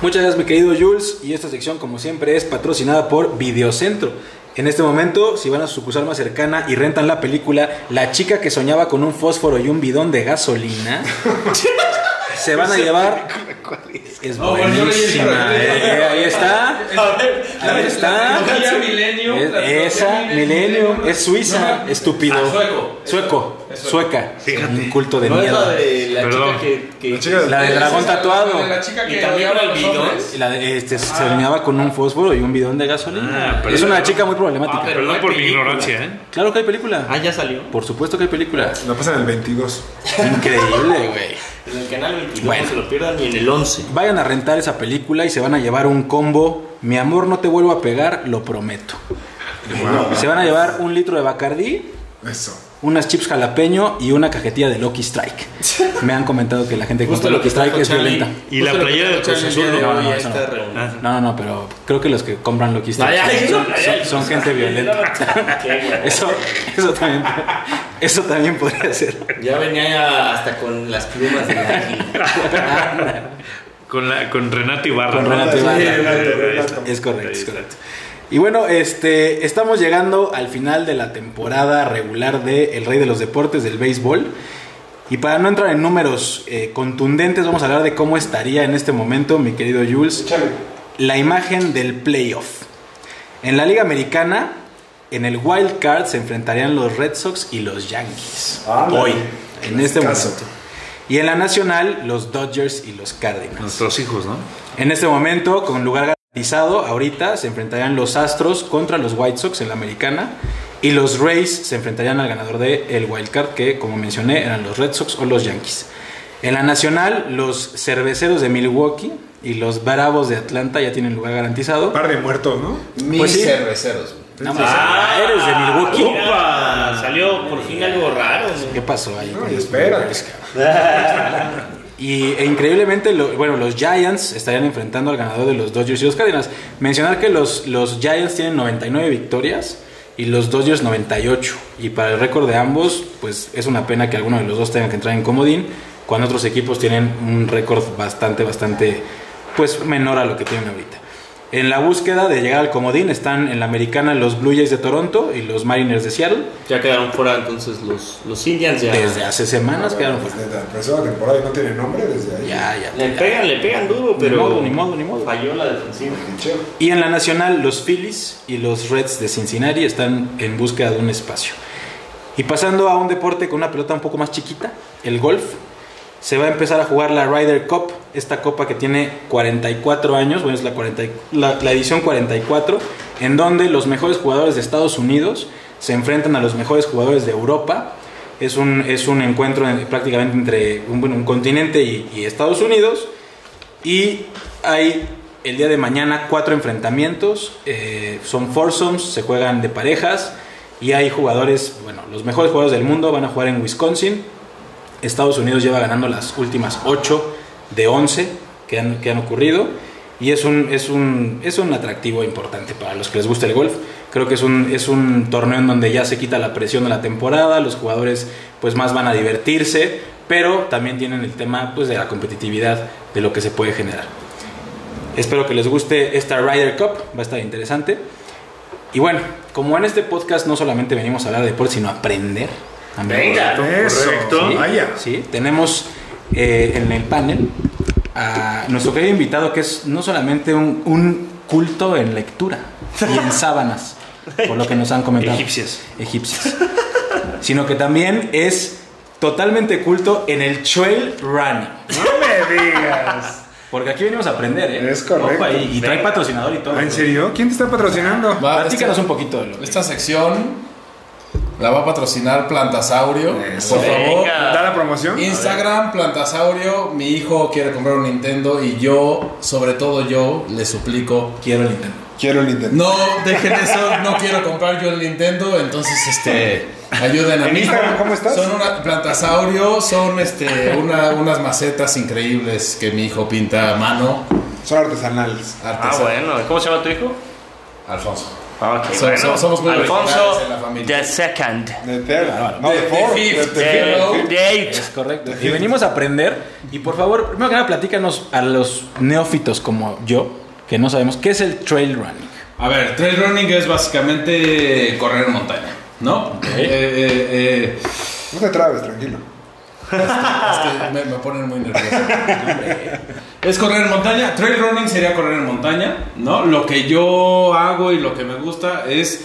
Muchas gracias, mi querido Jules. Y esta sección, como siempre, es patrocinada por Videocentro. En este momento, si van a su sucursal más cercana y rentan la película La chica que soñaba con un fósforo y un bidón de gasolina, se van a llevar. Es
No, Oh, bueno, yo leí el libro,
buenísima.
yo leí el
eh, ahí está. Ahí está.
tecnología Millennium,
Es-
la tecnología
esa, Millennium.
Millennium.
Es suiza,
No,
estúpido.
ah, sueco.
Sueco.
Es sueco.
Sueca. Un culto de
No es la
mierda.
de la
Perdón.
chica que. que-
La chica de-
La del dragón
Esa es la-
tatuado.
de La chica
Y
que
también
odiaba
con el
a los
bidón.
Y
hombres.
la de- este, se alineaba con un fósforo y un bidón de gasolina.
Ah, pero-
es una chica muy problemática.
Ah, pero no
Perdón
hay
por mi
película.
ignorancia, ¿eh?
Claro que hay película.
Ah, ya salió.
Por supuesto que hay película.
La pasan en el 22.
Increíble, güey.
En el canal 22
Bueno.
no se lo pierdan y en el 11.
Vayan a rentar esa película y se van a llevar un combo. Mi amor, no te vuelvo a pegar, lo prometo. Se van a llevar un litro de Bacardí,
Eso.
unas chips jalapeño y una cajetilla de Lucky Strike. Me han comentado que la gente que
Justo
compra
lo que
Lucky
está
Strike es
Charlie.
violenta.
Y la
Justo lo que
playera del
está
Cruz
Charlie
Azul,
el día de
No,
hoy,
no,
ahí
eso no.
está reunido.
No, no, no, pero creo que los que compran Lucky Strike
Ay, ay,
son,
ay, ay,
son- son
ay,
gente
ay,
violenta.
Ah.
Qué bueno.
Eso, eso también, eso también podría ser.
Ya venía ya hasta con las plumas de águila.
Con, la, con Renato Ibarra.
Con
¿no?
Renato
Sí,
Ibarra.
ahí está.
Es correcto, es
Ahí está.
correcto. Y bueno, este, estamos llegando al final de la temporada regular de El Rey de los Deportes del béisbol. Y para no entrar en números eh, contundentes, vamos a hablar de cómo estaría en este momento, mi querido Jules, la imagen del playoff. En la Liga Americana, en el Wild Card se enfrentarían los Red Sox y los Yankees.
Ándale.
Hoy, en este
Caso.
momento. Y en la nacional, los Dodgers y los Cardinals.
Nuestros hijos, ¿no?
En este momento, con lugar garantizado, ahorita se enfrentarían los Astros contra los White Sox en la americana. Y los Rays se enfrentarían al ganador del el Wild Card, que como mencioné eran los Red Sox o los Yankees. En la nacional, los Cerveceros de Milwaukee y los Bravos de Atlanta ya tienen lugar garantizado.
Par de muertos, ¿no?
Mis
Pues sí.
cerveceros, güey.
No, pues, eres de Milwaukee.
Opa, salió por fin algo raro.
¿Qué pasó ahí?
Ay, espérate.
Y e, increíblemente, lo- bueno, los Giants estarían enfrentando al ganador de los Dodgers y los Cardinals. Mencionar que los, los Giants tienen 99 victorias y los Dodgers 98. Y para el récord de ambos, pues es una pena que alguno de los dos tenga que entrar en comodín, cuando otros equipos tienen un récord bastante, bastante, pues menor a lo que tienen ahorita. En la búsqueda de llegar al comodín están en la americana los Blue Jays de Toronto y los Mariners de Seattle.
Ya quedaron fuera entonces los, los Indians ya.
Desde hace semanas quedaron fuera.
Desde la empezó la temporada y no tiene nombre desde ahí.
Ya, ya.
Le pegan, le pegan duro,
Ni
pero.
modo, ni modo, ni modo.
Falló la defensiva.
Pincheo.
Y en la nacional, los Phillies y los Reds de Cincinnati están en búsqueda de un espacio. Y pasando a un deporte con una pelota un poco más chiquita, el golf, se va a empezar a jugar la Ryder Cup, esta copa que tiene 44 años, bueno, es la, 40 y- la- la edición 44, en donde los mejores jugadores de Estados Unidos se enfrentan a los mejores jugadores de Europa. Es un, es un encuentro en- prácticamente entre un, bueno, un continente y- y Estados Unidos. Y hay el día de mañana cuatro enfrentamientos. eh, son foursomes, se juegan de parejas. Y hay jugadores, bueno, los mejores jugadores del mundo van a jugar en Wisconsin. Estados Unidos lleva ganando las últimas 8 de 11 que han, que han ocurrido. Y es un, es, un, es un atractivo importante para los que les gusta el golf. Creo que es un, es un torneo en donde ya se quita la presión de la temporada, los jugadores pues más van a divertirse, pero también tienen el tema pues de la competitividad, de lo que se puede generar. Espero que les guste esta Ryder Cup, va a estar interesante. Y bueno, como en este podcast no solamente venimos a hablar de deporte, sino a aprender. amigos.
Eso.
correcto.
Sí,
Vaya.
sí. tenemos eh, en el panel a nuestro querido invitado que es no solamente un, un culto en lectura y en sábanas, por lo que nos han comentado.
Egipcias.
Egipcias. Sino que también es totalmente culto en el trail running.
No me digas.
Porque aquí venimos a aprender, ¿eh?
Es correcto. Ah,
Opa, y, y trae patrocinador y todo.
¿En serio? ¿Quién te está patrocinando?
Va,
Platícanos un poquito de lo
esta-
que-
Esta sección la va a patrocinar Plantasaurio.
Eso.
Por favor,
Venga.
¿Da la promoción?
Instagram, Plantasaurio, mi hijo quiere comprar un Nintendo y yo, sobre todo yo, le suplico.
quiero el Nintendo.
Quiero el Nintendo.
No, dejen eso, no quiero comprar yo el Nintendo, entonces este ayuden a
¿En
mi hijo.
Instagram cómo estás?
Son una plantasaurio, son este una- unas macetas increíbles que mi hijo pinta a mano.
Son artesanales.
Artesano.
Ah, bueno. ¿Cómo se llama tu hijo?
Alfonso.
Ah, ok,
So- so- somos muy originales
Alfonso
en la familia.
the Second. Eh,
De tela. No, de
De- de
Ford.
Fifth.
De- de
De-
Fifth.
Hello.
Date.
Es correcto. Y venimos a aprender. Y por favor, primero que nada, platícanos a los neófitos como yo, que no sabemos, ¿qué es el trail running?
Ah,
A ver, trail running es básicamente correr en montaña, ¿no? Eh, eh, eh,
No te trabes, tranquilo.
Es que me, me ponen muy nervioso.
es correr en montaña. Trail running sería correr en montaña, ¿no? Lo que yo hago y lo que me gusta es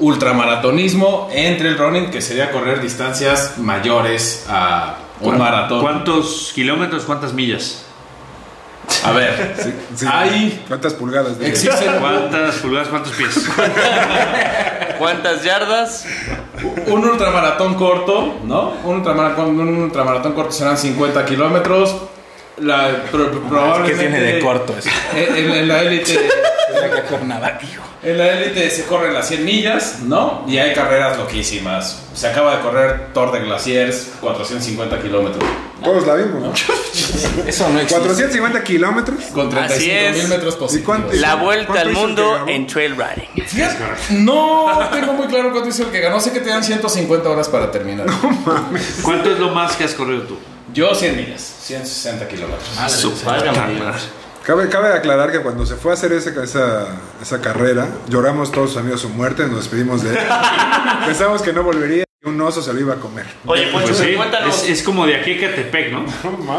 ultramaratonismo en trail running, que sería correr distancias mayores a un maratón.
¿Cuántos kilómetros, cuántas millas?
A ver,
Sí.
hay...
¿Cuántas pulgadas? de-
Existen
¿Cuántas pulgadas, cuántos pies?
¿Cuántas yardas?
un ultramaratón corto, ¿no? Un ultramaratón, un ultramaratón corto serán 50 kilómetros. La, pro-
¿Qué
probablemente-
tiene de corto eso?
En, en- en la élite.
Cuernavaca, hijo.
En la élite se corren las 100 millas, ¿no? Y hay carreras loquísimas. Se acaba de correr Tour de Glaciers, 450 kilómetros.
Todos la vimos, ¿no?
Eso no existe.
450 kilómetros.
Con
Así
35
es.
mil metros
¿Y cuánto-
positivos.
La
¿Cuánto
vuelta al
hizo el que
mundo
grabó?
en trail running.
Fíjate, no tengo muy claro cuánto hizo el que ganó. Sé que te dan 150 horas para terminar.
¿Cuánto es lo más que has corrido tú?
Yo 100 millas, 160 kilómetros.
Su padre, madre.
Cabe, cabe aclarar que cuando se fue a hacer ese- esa, esa carrera, lloramos todos sus amigos su muerte, nos despedimos de él. Pensamos que no volvería y un oso se lo iba a comer.
Oye, Poncho,
Pues sí,
cuéntanos.
es, es como de aquí a Catepec, ¿no?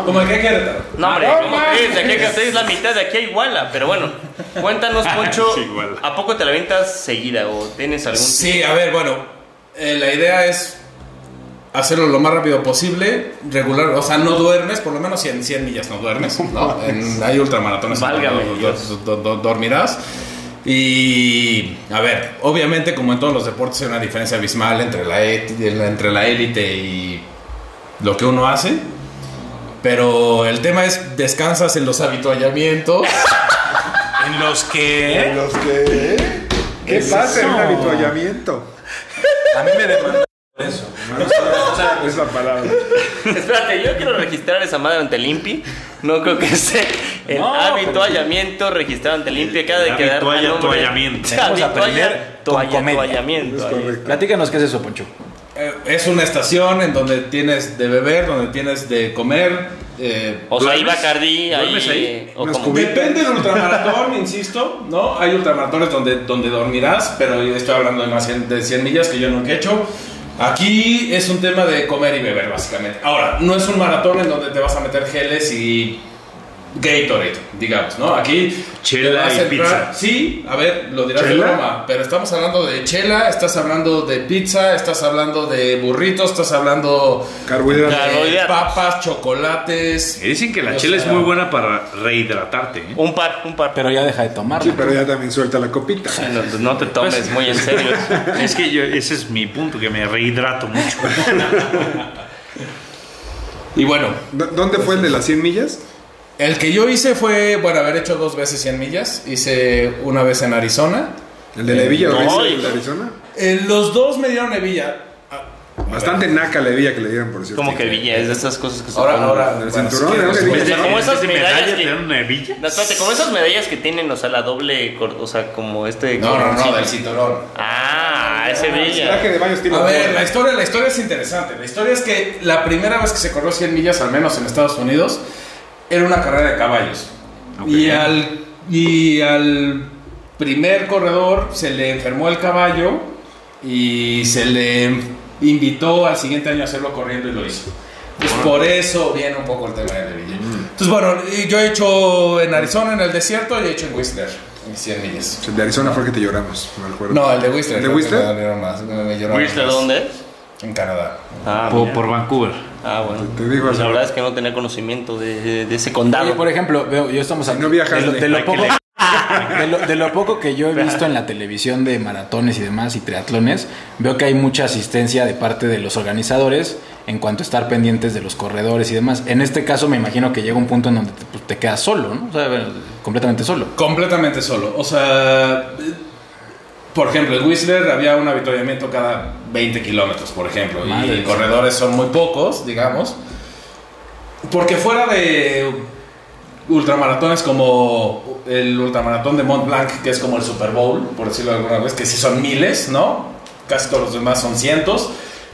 Como el que hay Querétaro.
No, hombre, ¿cómo crees? De aquí a Castell es la mitad, de aquí a Iguala. Pero bueno, cuéntanos, Poncho,
Sí, Iguala.
¿a poco te la aventas seguida o tienes algún
Sí, a ver, bueno, eh, la idea es
hacerlo lo más rápido posible, regular, o sea, no duermes, por lo menos 100, 100 millas no duermes, ¿no? En- hay ultramaratones en
Válgame
donde
Dios.
do- do- do- dormirás. Y a ver, obviamente como en todos los deportes hay una diferencia abismal entre la et- entre la élite y lo que uno hace, pero el tema es descansas en los habituallamientos.
En los que.
En los que. ¿Qué pasa en un habituallamiento?
A mí me demanda
Es la palabra.
Espérate, yo quiero registrar esa madre ante el INPI. No creo que sea el habituallamiento registrado ante el INPI. Acaba de
El
quedar.
habitualla-
a nombre-
toallamiento.
Vamos a aprender
Habitualla,
con
toalla-
comedia.
toallamiento,
Es
ahí.
correcto.
Platícanos qué es eso, Poncho.
Eh, Es una estación en donde tienes de beber, donde tienes de comer. eh,
O sea, ahí
¿Duermes?
Bacardi,
¿Duermes
ahí.
ahí?
o
Unas
como-
cubitas.
Depende del ultramaratón, insisto, ¿no? Hay ultramaratones donde, donde dormirás, pero yo estoy hablando de, más cien- de 100 millas que yo nunca he hecho. Aquí es un tema de comer y beber, básicamente. Ahora, no es un maratón en donde te vas a meter geles y Gatorade, digamos, ¿no? Aquí...
Chela
te vas a
y pizza.
Sí, a ver, lo dirás de
¿Chela?
broma, pero estamos hablando de chela, estás hablando de pizza, estás hablando de burritos, estás hablando
Carbohidratos.
de
Carbohidratos.
papas, chocolates...
Y Dicen que la
O
chela es
sea-
muy buena para rehidratarte. ¿eh?
Un par, un par.
Pero ya deja de tomar.
Sí, pero ya también suelta la copita.
No, no te
Pues,
tomes muy en serio.
Es que yo, ese es mi punto, que me rehidrato mucho.
Y bueno,
¿Dó- ¿Dónde fue el de las 100 millas?
El que yo hice fue, bueno, haber hecho dos veces 100 millas. Hice una vez en Arizona.
¿El de la hebilla
No,
o
y-
el de Arizona?
Eh, los dos me dieron hebilla. Ah,
Bastante naca la hebilla que le dieron, por cierto.
Como que Villa, es de esas cosas que se
Ahora,
ponen.
ahora.
El
bueno,
cinturón,
si
¿no?
quieres,
Que
pues,
dice,
Como esas
¿Ese
medallas
medalla
que-
te dan una hebilla?
No, espérate, como esas medallas que tienen, o sea, la doble, cor- o sea, como este.
No, no, no,
cordoncito.
del cinturón.
Ah, ese
Traje
Villa.
de baño estilo.
A ver, la historia, la historia es interesante. La historia es que la primera vez que se corrió 100 millas, al menos en Estados Unidos, era una carrera de caballos. Y, al, y al primer corredor se le enfermó el caballo y se le invitó al siguiente año a hacerlo corriendo y lo hizo. Pues por eso viene un poco el tema de la villa. Entonces, bueno, y yo he hecho en Arizona, en el desierto, y he hecho en Whistler, en 100 millas.
El de Arizona fue el que te lloramos, me acuerdo.
No, el de Whistler.
¿El de
creo que Me
Whistler?
dolieron más, me- me lloraron
¿Whistler
más.
dónde es?
En Canadá.
Ah,
Por,
mira.
por Vancouver.
Ah, bueno.
Te digo,
Pues la
o sea,
verdad es que no tenía conocimiento de, de- de ese condado.
Oye, por ejemplo, veo, yo estamos aquí.
no viajas,
de, lo- de
hay
lo
que
poco,
leer.
de lo- de lo poco que yo he visto en la televisión de maratones y demás y triatlones, veo que hay mucha asistencia de parte de los organizadores en cuanto a estar pendientes de los corredores y demás. En este caso, me imagino que llega un punto en donde te, pues, te quedas solo, ¿no? O sea, bueno, completamente solo.
Completamente solo. O sea, por ejemplo, en Whistler había un avituallamiento cada 20 kilómetros, por ejemplo.
Madre
y
mía.
corredores son muy pocos, digamos. Porque fuera de ultramaratones como el ultramaratón de Mont Blanc, que es como el Super Bowl, por decirlo de alguna vez, que sí son miles, ¿no? Casi todos los demás son cientos.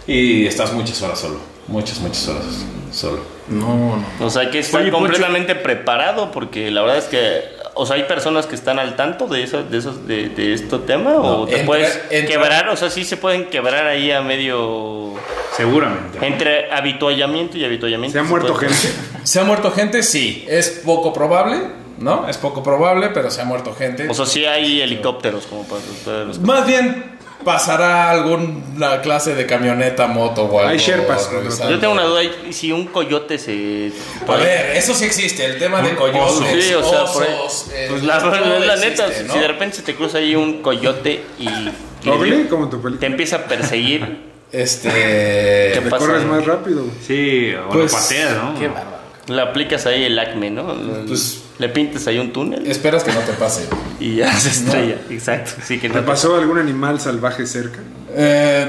Y estás muchas horas solo. Muchas, muchas horas solo.
No, no.
O sea, hay que estar
Oye, Poncho.
completamente preparado porque la verdad es que, o sea, hay personas que están al tanto de eso, de esos, de, de este tema o te
entra-
puedes
entra-
quebrar, o sea, sí se pueden quebrar ahí a medio
Seguramente.
entre habituallamiento y habituallamiento.
¿Se ha muerto
puede-
gente?
¿Se ha muerto gente? Sí. Es poco probable, ¿no? Es poco probable, pero se ha muerto gente.
O sea, sí hay helicópteros como para ustedes.
Más bien pasará alguna clase de camioneta, moto o algo.
Hay Sherpas.
revisando.
Yo tengo una duda, ¿y si un coyote se...
A ver, eso sí existe, el tema de coyotes,
Sí, o sea, por ahí-
osos, eh,
Pues la,
todo
la- la
existe,
neta,
¿no?
si de repente se te cruza ahí un coyote y...
¿Ogly? Como tu
Te
película.
empieza a perseguir.
Este...
Te-
Te
pasa,
corres
¿no?
más rápido.
Sí, o
Pues,
lo pateas, ¿no?
Qué bárbaro.
Le aplicas ahí el acme, ¿no?
Pues-
le pintas ahí un túnel.
Esperas que no te pase.
Y ya se estrella, exacto. Sí, que
¿Te
no Ah,
pasó algún animal salvaje cerca?
Eh,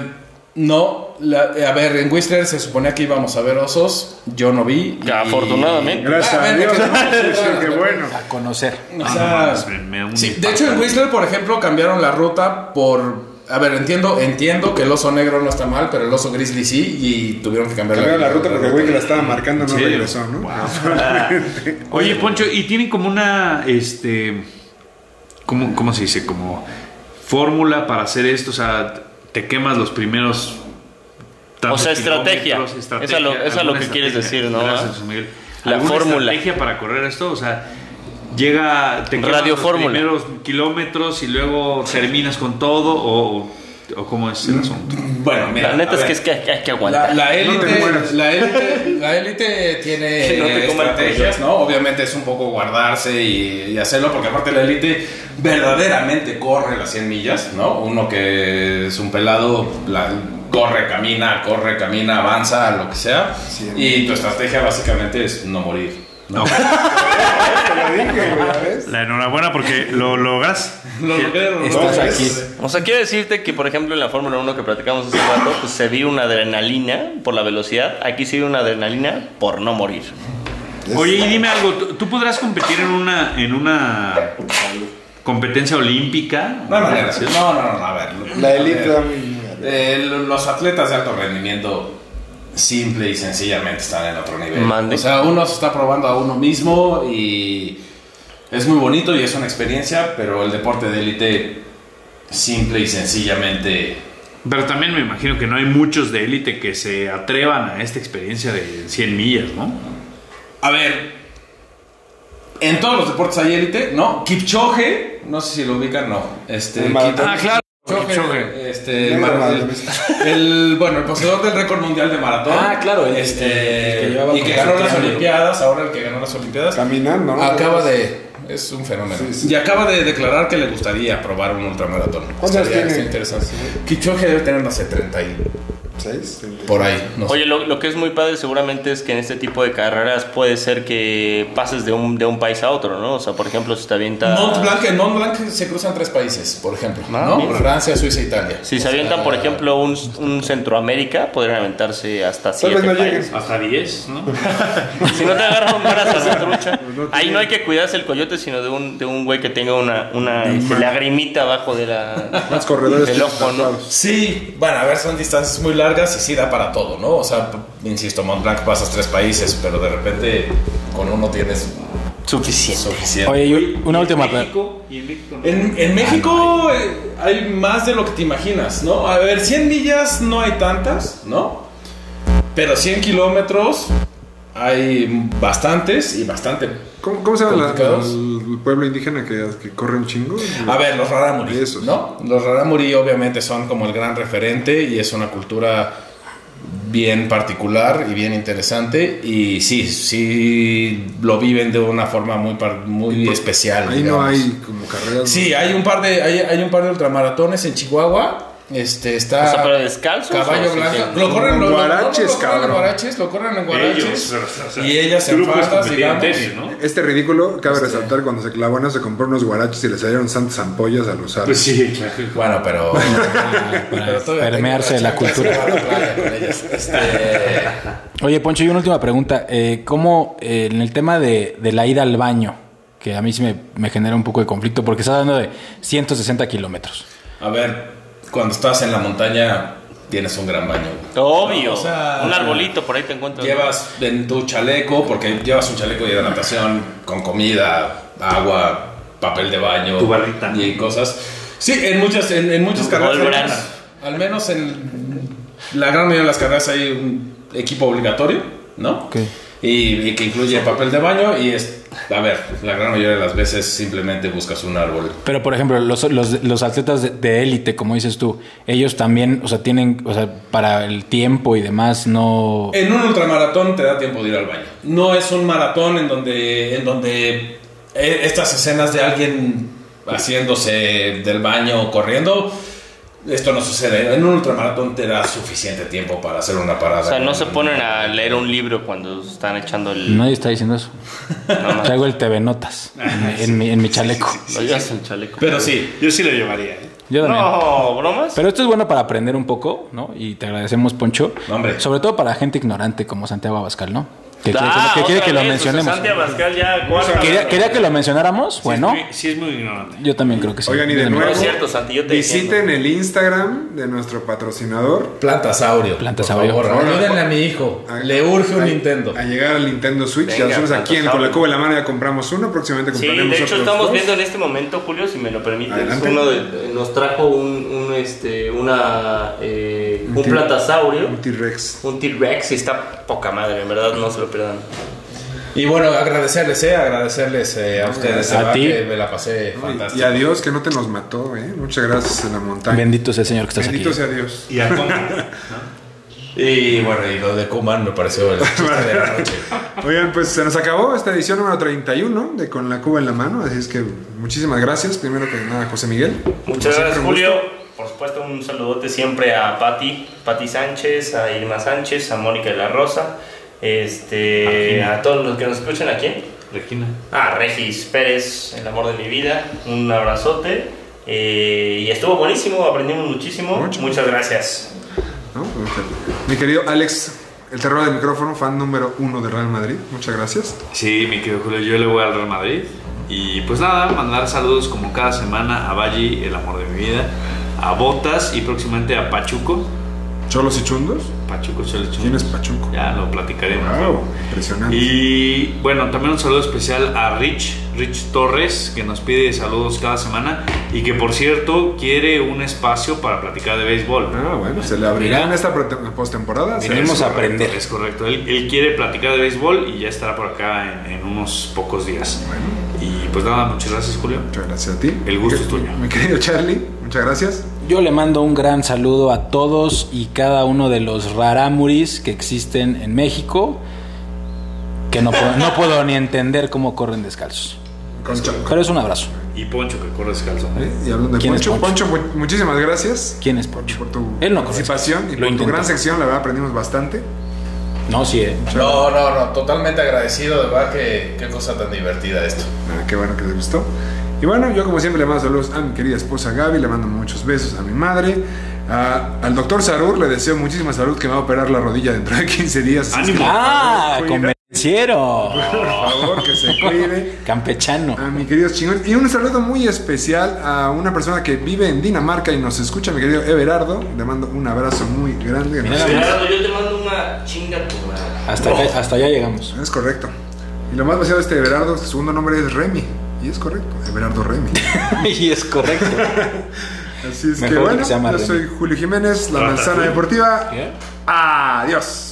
no, la- eh, a ver, en Whistler se suponía que íbamos a ver osos, yo no vi. y-
Afortunadamente.
Gracias
Ah,
a
ven,
Dios.
que-
Sí, Qué bueno.
A conocer.
O
Ah, no
sea,
mames, me- me da un
sí, de
impacto.
hecho en Whistler, por ejemplo, cambiaron la ruta por... A ver, entiendo, entiendo que el oso negro no está mal, pero el oso grizzly sí, y tuvieron que cambiar
Cambiaron la ruta porque el güey que la estaba marcando no
Sí.
regresó, ¿no?
Oye, Poncho, y tienen como una, este, ¿cómo, cómo se dice? Como fórmula para hacer esto, o sea, te quemas los primeros... tantos
O sea, estrategia.
kilómetros,
Eso es lo- eso es lo
alguna
que quieres
estrategia.
decir, ¿no?
Gracias, José Miguel.
La
¿Alguna
fórmula.
estrategia para correr esto? O sea, llega, te quemas
Radio
los
fórmula.
primeros kilómetros y luego terminas con todo o... o ¿O cómo es el asunto?
Bueno, mira.
La neta
a
es que
ver.
es que hay, hay que
La,
aguantar.
la élite,
te mueras.
la élite, la élite tiene
Que no te
eh,
coman
estrategias, ¿no? Obviamente es un poco guardarse y, y hacerlo, porque aparte la élite verdaderamente corre las 100 millas, ¿no? Uno que es un pelado, la- corre, camina, corre, camina, avanza, lo que sea. Y tu estrategia básicamente es no morir. ¿no?
La enhorabuena porque lo logras.
Este
Estás aquí.
O sea, quiero decirte que, por ejemplo, en la Fórmula 1 que platicamos hace rato, pues se vive una adrenalina por la velocidad. Aquí se vive una adrenalina por no morir.
Oye, y dime algo, ¿tú, tú podrás competir en una, en una competencia olímpica?
No, no, no, no, no, no, a ver.
La élite
a
da
ver.
muy-
Eh, lo- los atletas de alto rendimiento simple y sencillamente están en otro nivel.
Mande.
O sea, uno se está probando a uno mismo y es muy bonito y es una experiencia, pero el deporte de élite simple y sencillamente
Pero también me imagino que no hay muchos de élite que se atrevan a esta experiencia de 100 millas, ¿no?
A ver, en todos los deportes hay élite, ¿no? Kipchoge, no sé si lo ubican, no. Este,
El maratón.
Kip-
Ah,
claro.
Kipchoge, este,
Negro
mar-
maratón.
el, el- bueno, el poseedor del récord mundial de maratón.
Ah, claro, el-
este,
el que llevaba
y que
como
ganó las
siete años.
Olimpiadas, ahora el que ganó las Olimpiadas.
Caminando, ¿no?
Acaba de. Es un fenómeno.
Sí, sí.
Y acaba de declarar que le gustaría probar un ultramaratón.
¿Cuántos
Estaría-
tiene?
es interesante. Kipchoge debe tener, no sé, 30 y
¿Seis? treinta y-
por ahí. No sé.
Oye, lo, lo que es muy padre seguramente es que en este tipo de carreras puede ser que pases de un, de un país a otro, ¿no? O sea, por ejemplo, si te avienta...
Mont Blanc, en Mont Blanc se cruzan tres países, por ejemplo,
Ah,
¿no?
mira.
Francia, Suiza, Italia.
Si se avientan, por ejemplo, un, un Centroamérica, podrían aventarse hasta
Tal vez
siete
no
países.
lleguen.
Ah,
Hasta 10, ¿no?
Si no te agarran un brazo de trucha. Ahí no hay que cuidarse el coyote, sino de un, de un güey que tenga una, una este, lagrimita abajo de la,
Más corredores.
del ojo, ¿no?
tatuados.
Sí, bueno, a ver, son distancias muy largas y sí da para todo, ¿no? O sea, p- insisto, Mont Blanc pasas tres países, pero de repente con uno tienes
Suficiente.
suficiente.
Oye, y una última.
México y en México no.
En, en México eh, hay más de lo que te imaginas, ¿no? A ver, 100 millas no hay tantas, ¿no? Pero 100 kilómetros hay bastantes y bastante.
¿Cómo, cómo se llama la-
Complicados.
el pueblo indígena que, que corre un chingo?
A ver, los rarámuri,
Esos.
¿no? Los rarámuri obviamente son como el gran referente y es una cultura bien particular y bien interesante y sí, sí lo viven de una forma muy, par- muy especial.
Ahí no
digamos.
hay como carreras.
Sí, hay un par de hay, hay un par de ultramaratones en Chihuahua. Este está
O sea, pero descalzos,
Caballo
o
Blanco.
sin tenis.
Lo corren los
Guaraches,
lo corren en
cabrón.
guaraches, lo corren en guaraches.
Ellos, o sea,
y ellas en
tú no puedes
faldas,
competir en
digamos.
tenis, ¿no?
Este ridículo, cabe resaltar, cuando se clavó, no se compró unos guaraches y le salieron santas ampollas a los árboles.
Pues sí, claro.
Bueno, pero
Para
todavía
permearse de
tengo
la cultura.
chance de jugar a la playa con ellas. Este,
Oye, Poncho, y una última pregunta. Eh, ¿Cómo eh, en el tema de, de la ida al baño? Que a mí sí me, me genera un poco de conflicto porque estás hablando de 160 kilómetros.
a ver, cuando estás en la montaña tienes un gran baño.
Obvio.
O sea,
un arbolito, por ahí te encuentras.
Llevas en tu chaleco, porque llevas un chaleco de hidratación con comida, agua, papel de baño
Tu barrita.
y cosas. Sí, en muchas, en, en muchas
Tu
carreras, al
Wolverine.
menos, al menos en la gran mayoría de las carreras hay un equipo obligatorio, ¿no?
Ok.
Y, y que incluye papel de baño y es, a ver, la gran mayoría de las veces simplemente buscas un árbol.
Pero, por ejemplo, los, los, los atletas de- de élite, como dices tú, ellos también, o sea, tienen, o sea, para el tiempo y demás, no...
En un ultramaratón te da tiempo de ir al baño. No es un maratón en donde, en donde eh, estas escenas de alguien haciéndose del baño corriendo, esto no sucede. En un ultramaratón te da suficiente tiempo para hacer una parada.
O sea, no
con-
se ponen a leer un libro cuando están echando el.
Nadie está diciendo eso. Traigo el TV Notas en, mi, en mi chaleco.
Lo llevas en chaleco.
Pero sí,
Yo sí lo llevaría, ¿eh?
Yo también.
No, bromas.
Pero esto es bueno para aprender un poco, ¿no? Y te agradecemos, Poncho.
No, hombre.
Sobre todo para gente ignorante como Santiago Abascal, ¿no? Que quiere
Ah,
que, quiere
otra
que lo
vez, o sea,
mencionemos.
Santi Abascal ya cuarta.
Quería, quería que lo mencionáramos, bueno,
Sí, es muy- sí es muy ignorante.
yo también creo que sí.
Oigan, y
Yo
de
también.
nuevo,
No es cierto, Santi, yo te
visiten el Instagram de nuestro patrocinador.
plantasaurio.
Plantasaurio.
Por favor, ayúdenle a mi hijo.
A-
Le urge un
a-
Nintendo.
A llegar al Nintendo Switch.
Venga,
ya nosotros aquí en Con la
Fantasaurio.
Cuba en la Mano ya compramos uno. Próximamente
Sí,
compraremos
de hecho
otros
estamos
dos.
viendo en este momento, Julio, si me lo permites,
Adelante.
uno de- nos trajo un, un, este, una, eh, un
ti-
platasaurio,
Un T-Rex.
un T-Rex, y está poca madre, en verdad, no se lo pierdan.
Y bueno, agradecerles, eh, agradecerles eh, a ustedes.
A
la verdad
ti.
que Me la pasé
Y
fantástico.
a Dios que no te nos mató, ¿eh? Muchas gracias en la montaña.
Bendito sea el Señor que estás
Bendito
aquí.
sea Dios.
Y a Juan,
Y bueno, y lo de Kuman me pareció el chiste de la noche.
Oigan, pues se nos acabó esta edición número 31 de Con la Cuba en la mano, así es que muchísimas gracias. Primero que nada, José Miguel. Como
Muchas
siempre,
gracias,
un
Julio.
gusto.
Por supuesto, un saludote siempre a Patti, Patti Sánchez, a Irma Sánchez, a Mónica de la Rosa, este, a todos los que nos escuchan aquí.
Regina.
A Regis Pérez, el amor de mi vida, un abrazote. eh, y estuvo buenísimo, aprendimos muchísimo.
Mucho.
Muchas gracias.
¿No? Pues, Mi querido Alex, el terror del micrófono, fan número uno de Real Madrid. Muchas gracias.
Sí, mi querido Julio, yo le voy al Real Madrid. Y pues nada, mandar saludos como cada semana a Valle, el amor de mi vida, a Botas y próximamente a Pachuco.
Cholos y chundos.
Pachuco Cholechón.
¿Quién es Pachuco?
Ya lo platicaremos.
Pues Wow,
luego.
impresionante.
Y bueno, también un saludo especial a Rich, Rich Torres, que nos pide saludos cada semana y que por cierto quiere un espacio para platicar de béisbol.
Ah, bueno, se le abrirá
Mira.
en esta prote- postemporada. se-
Venimos a aprender.
Es correcto, él, él quiere platicar de béisbol y ya estará por acá en, en unos pocos días. Y pues nada, muchas gracias Julio.
Muchas gracias a ti.
El gusto es tuyo.
Mi querido Charlie, muchas gracias.
Yo le mando un gran saludo a todos y cada uno de los raramuris que existen en México, que no puedo, no puedo ni entender cómo corren descalzos.
Con Chonco.
Pero es un abrazo.
Y Poncho que corre descalzo.
¿Eh? Y hablando de
¿Quién es
Poncho, Poncho,
Poncho?
mu- muchísimas gracias
¿Quién es
por,
Poncho?
por tu
Él no conoce.
participación y por
Lo
tu
intentó.
gran sección. La verdad, aprendimos bastante.
No, sí, eh.
No, no, no, totalmente agradecido, de verdad que qué cosa tan divertida esto.
Ah, qué bueno que les gustó. Y bueno, yo como siempre le mando saludos a mi querida esposa Gaby, le mando muchos besos a mi madre. a- al doctor Sarur le deseo muchísima salud que me va a operar la rodilla dentro de 15 días. Así es que,
Ah,
por favor, cuida-
convenciero.
Por favor, que se cuide.
Campechano.
A mi queridos chingones. Y un saludo muy especial a una persona que vive en Dinamarca y nos escucha, mi querido Everardo. Le mando un abrazo muy grande.
Mira,
Sí,
Gerardo, yo te mando una chinga tu madre.
Hasta acá- hasta allá llegamos.
Es correcto. Y lo más vaciado de este Everardo, su segundo nombre es Remy. Y es correcto, Everardo Remy.
y es correcto.
Así es que
Mejor que
bueno,
se llama
yo
Remy.
soy Julio Jiménez, La Manzana Deportiva. Adiós.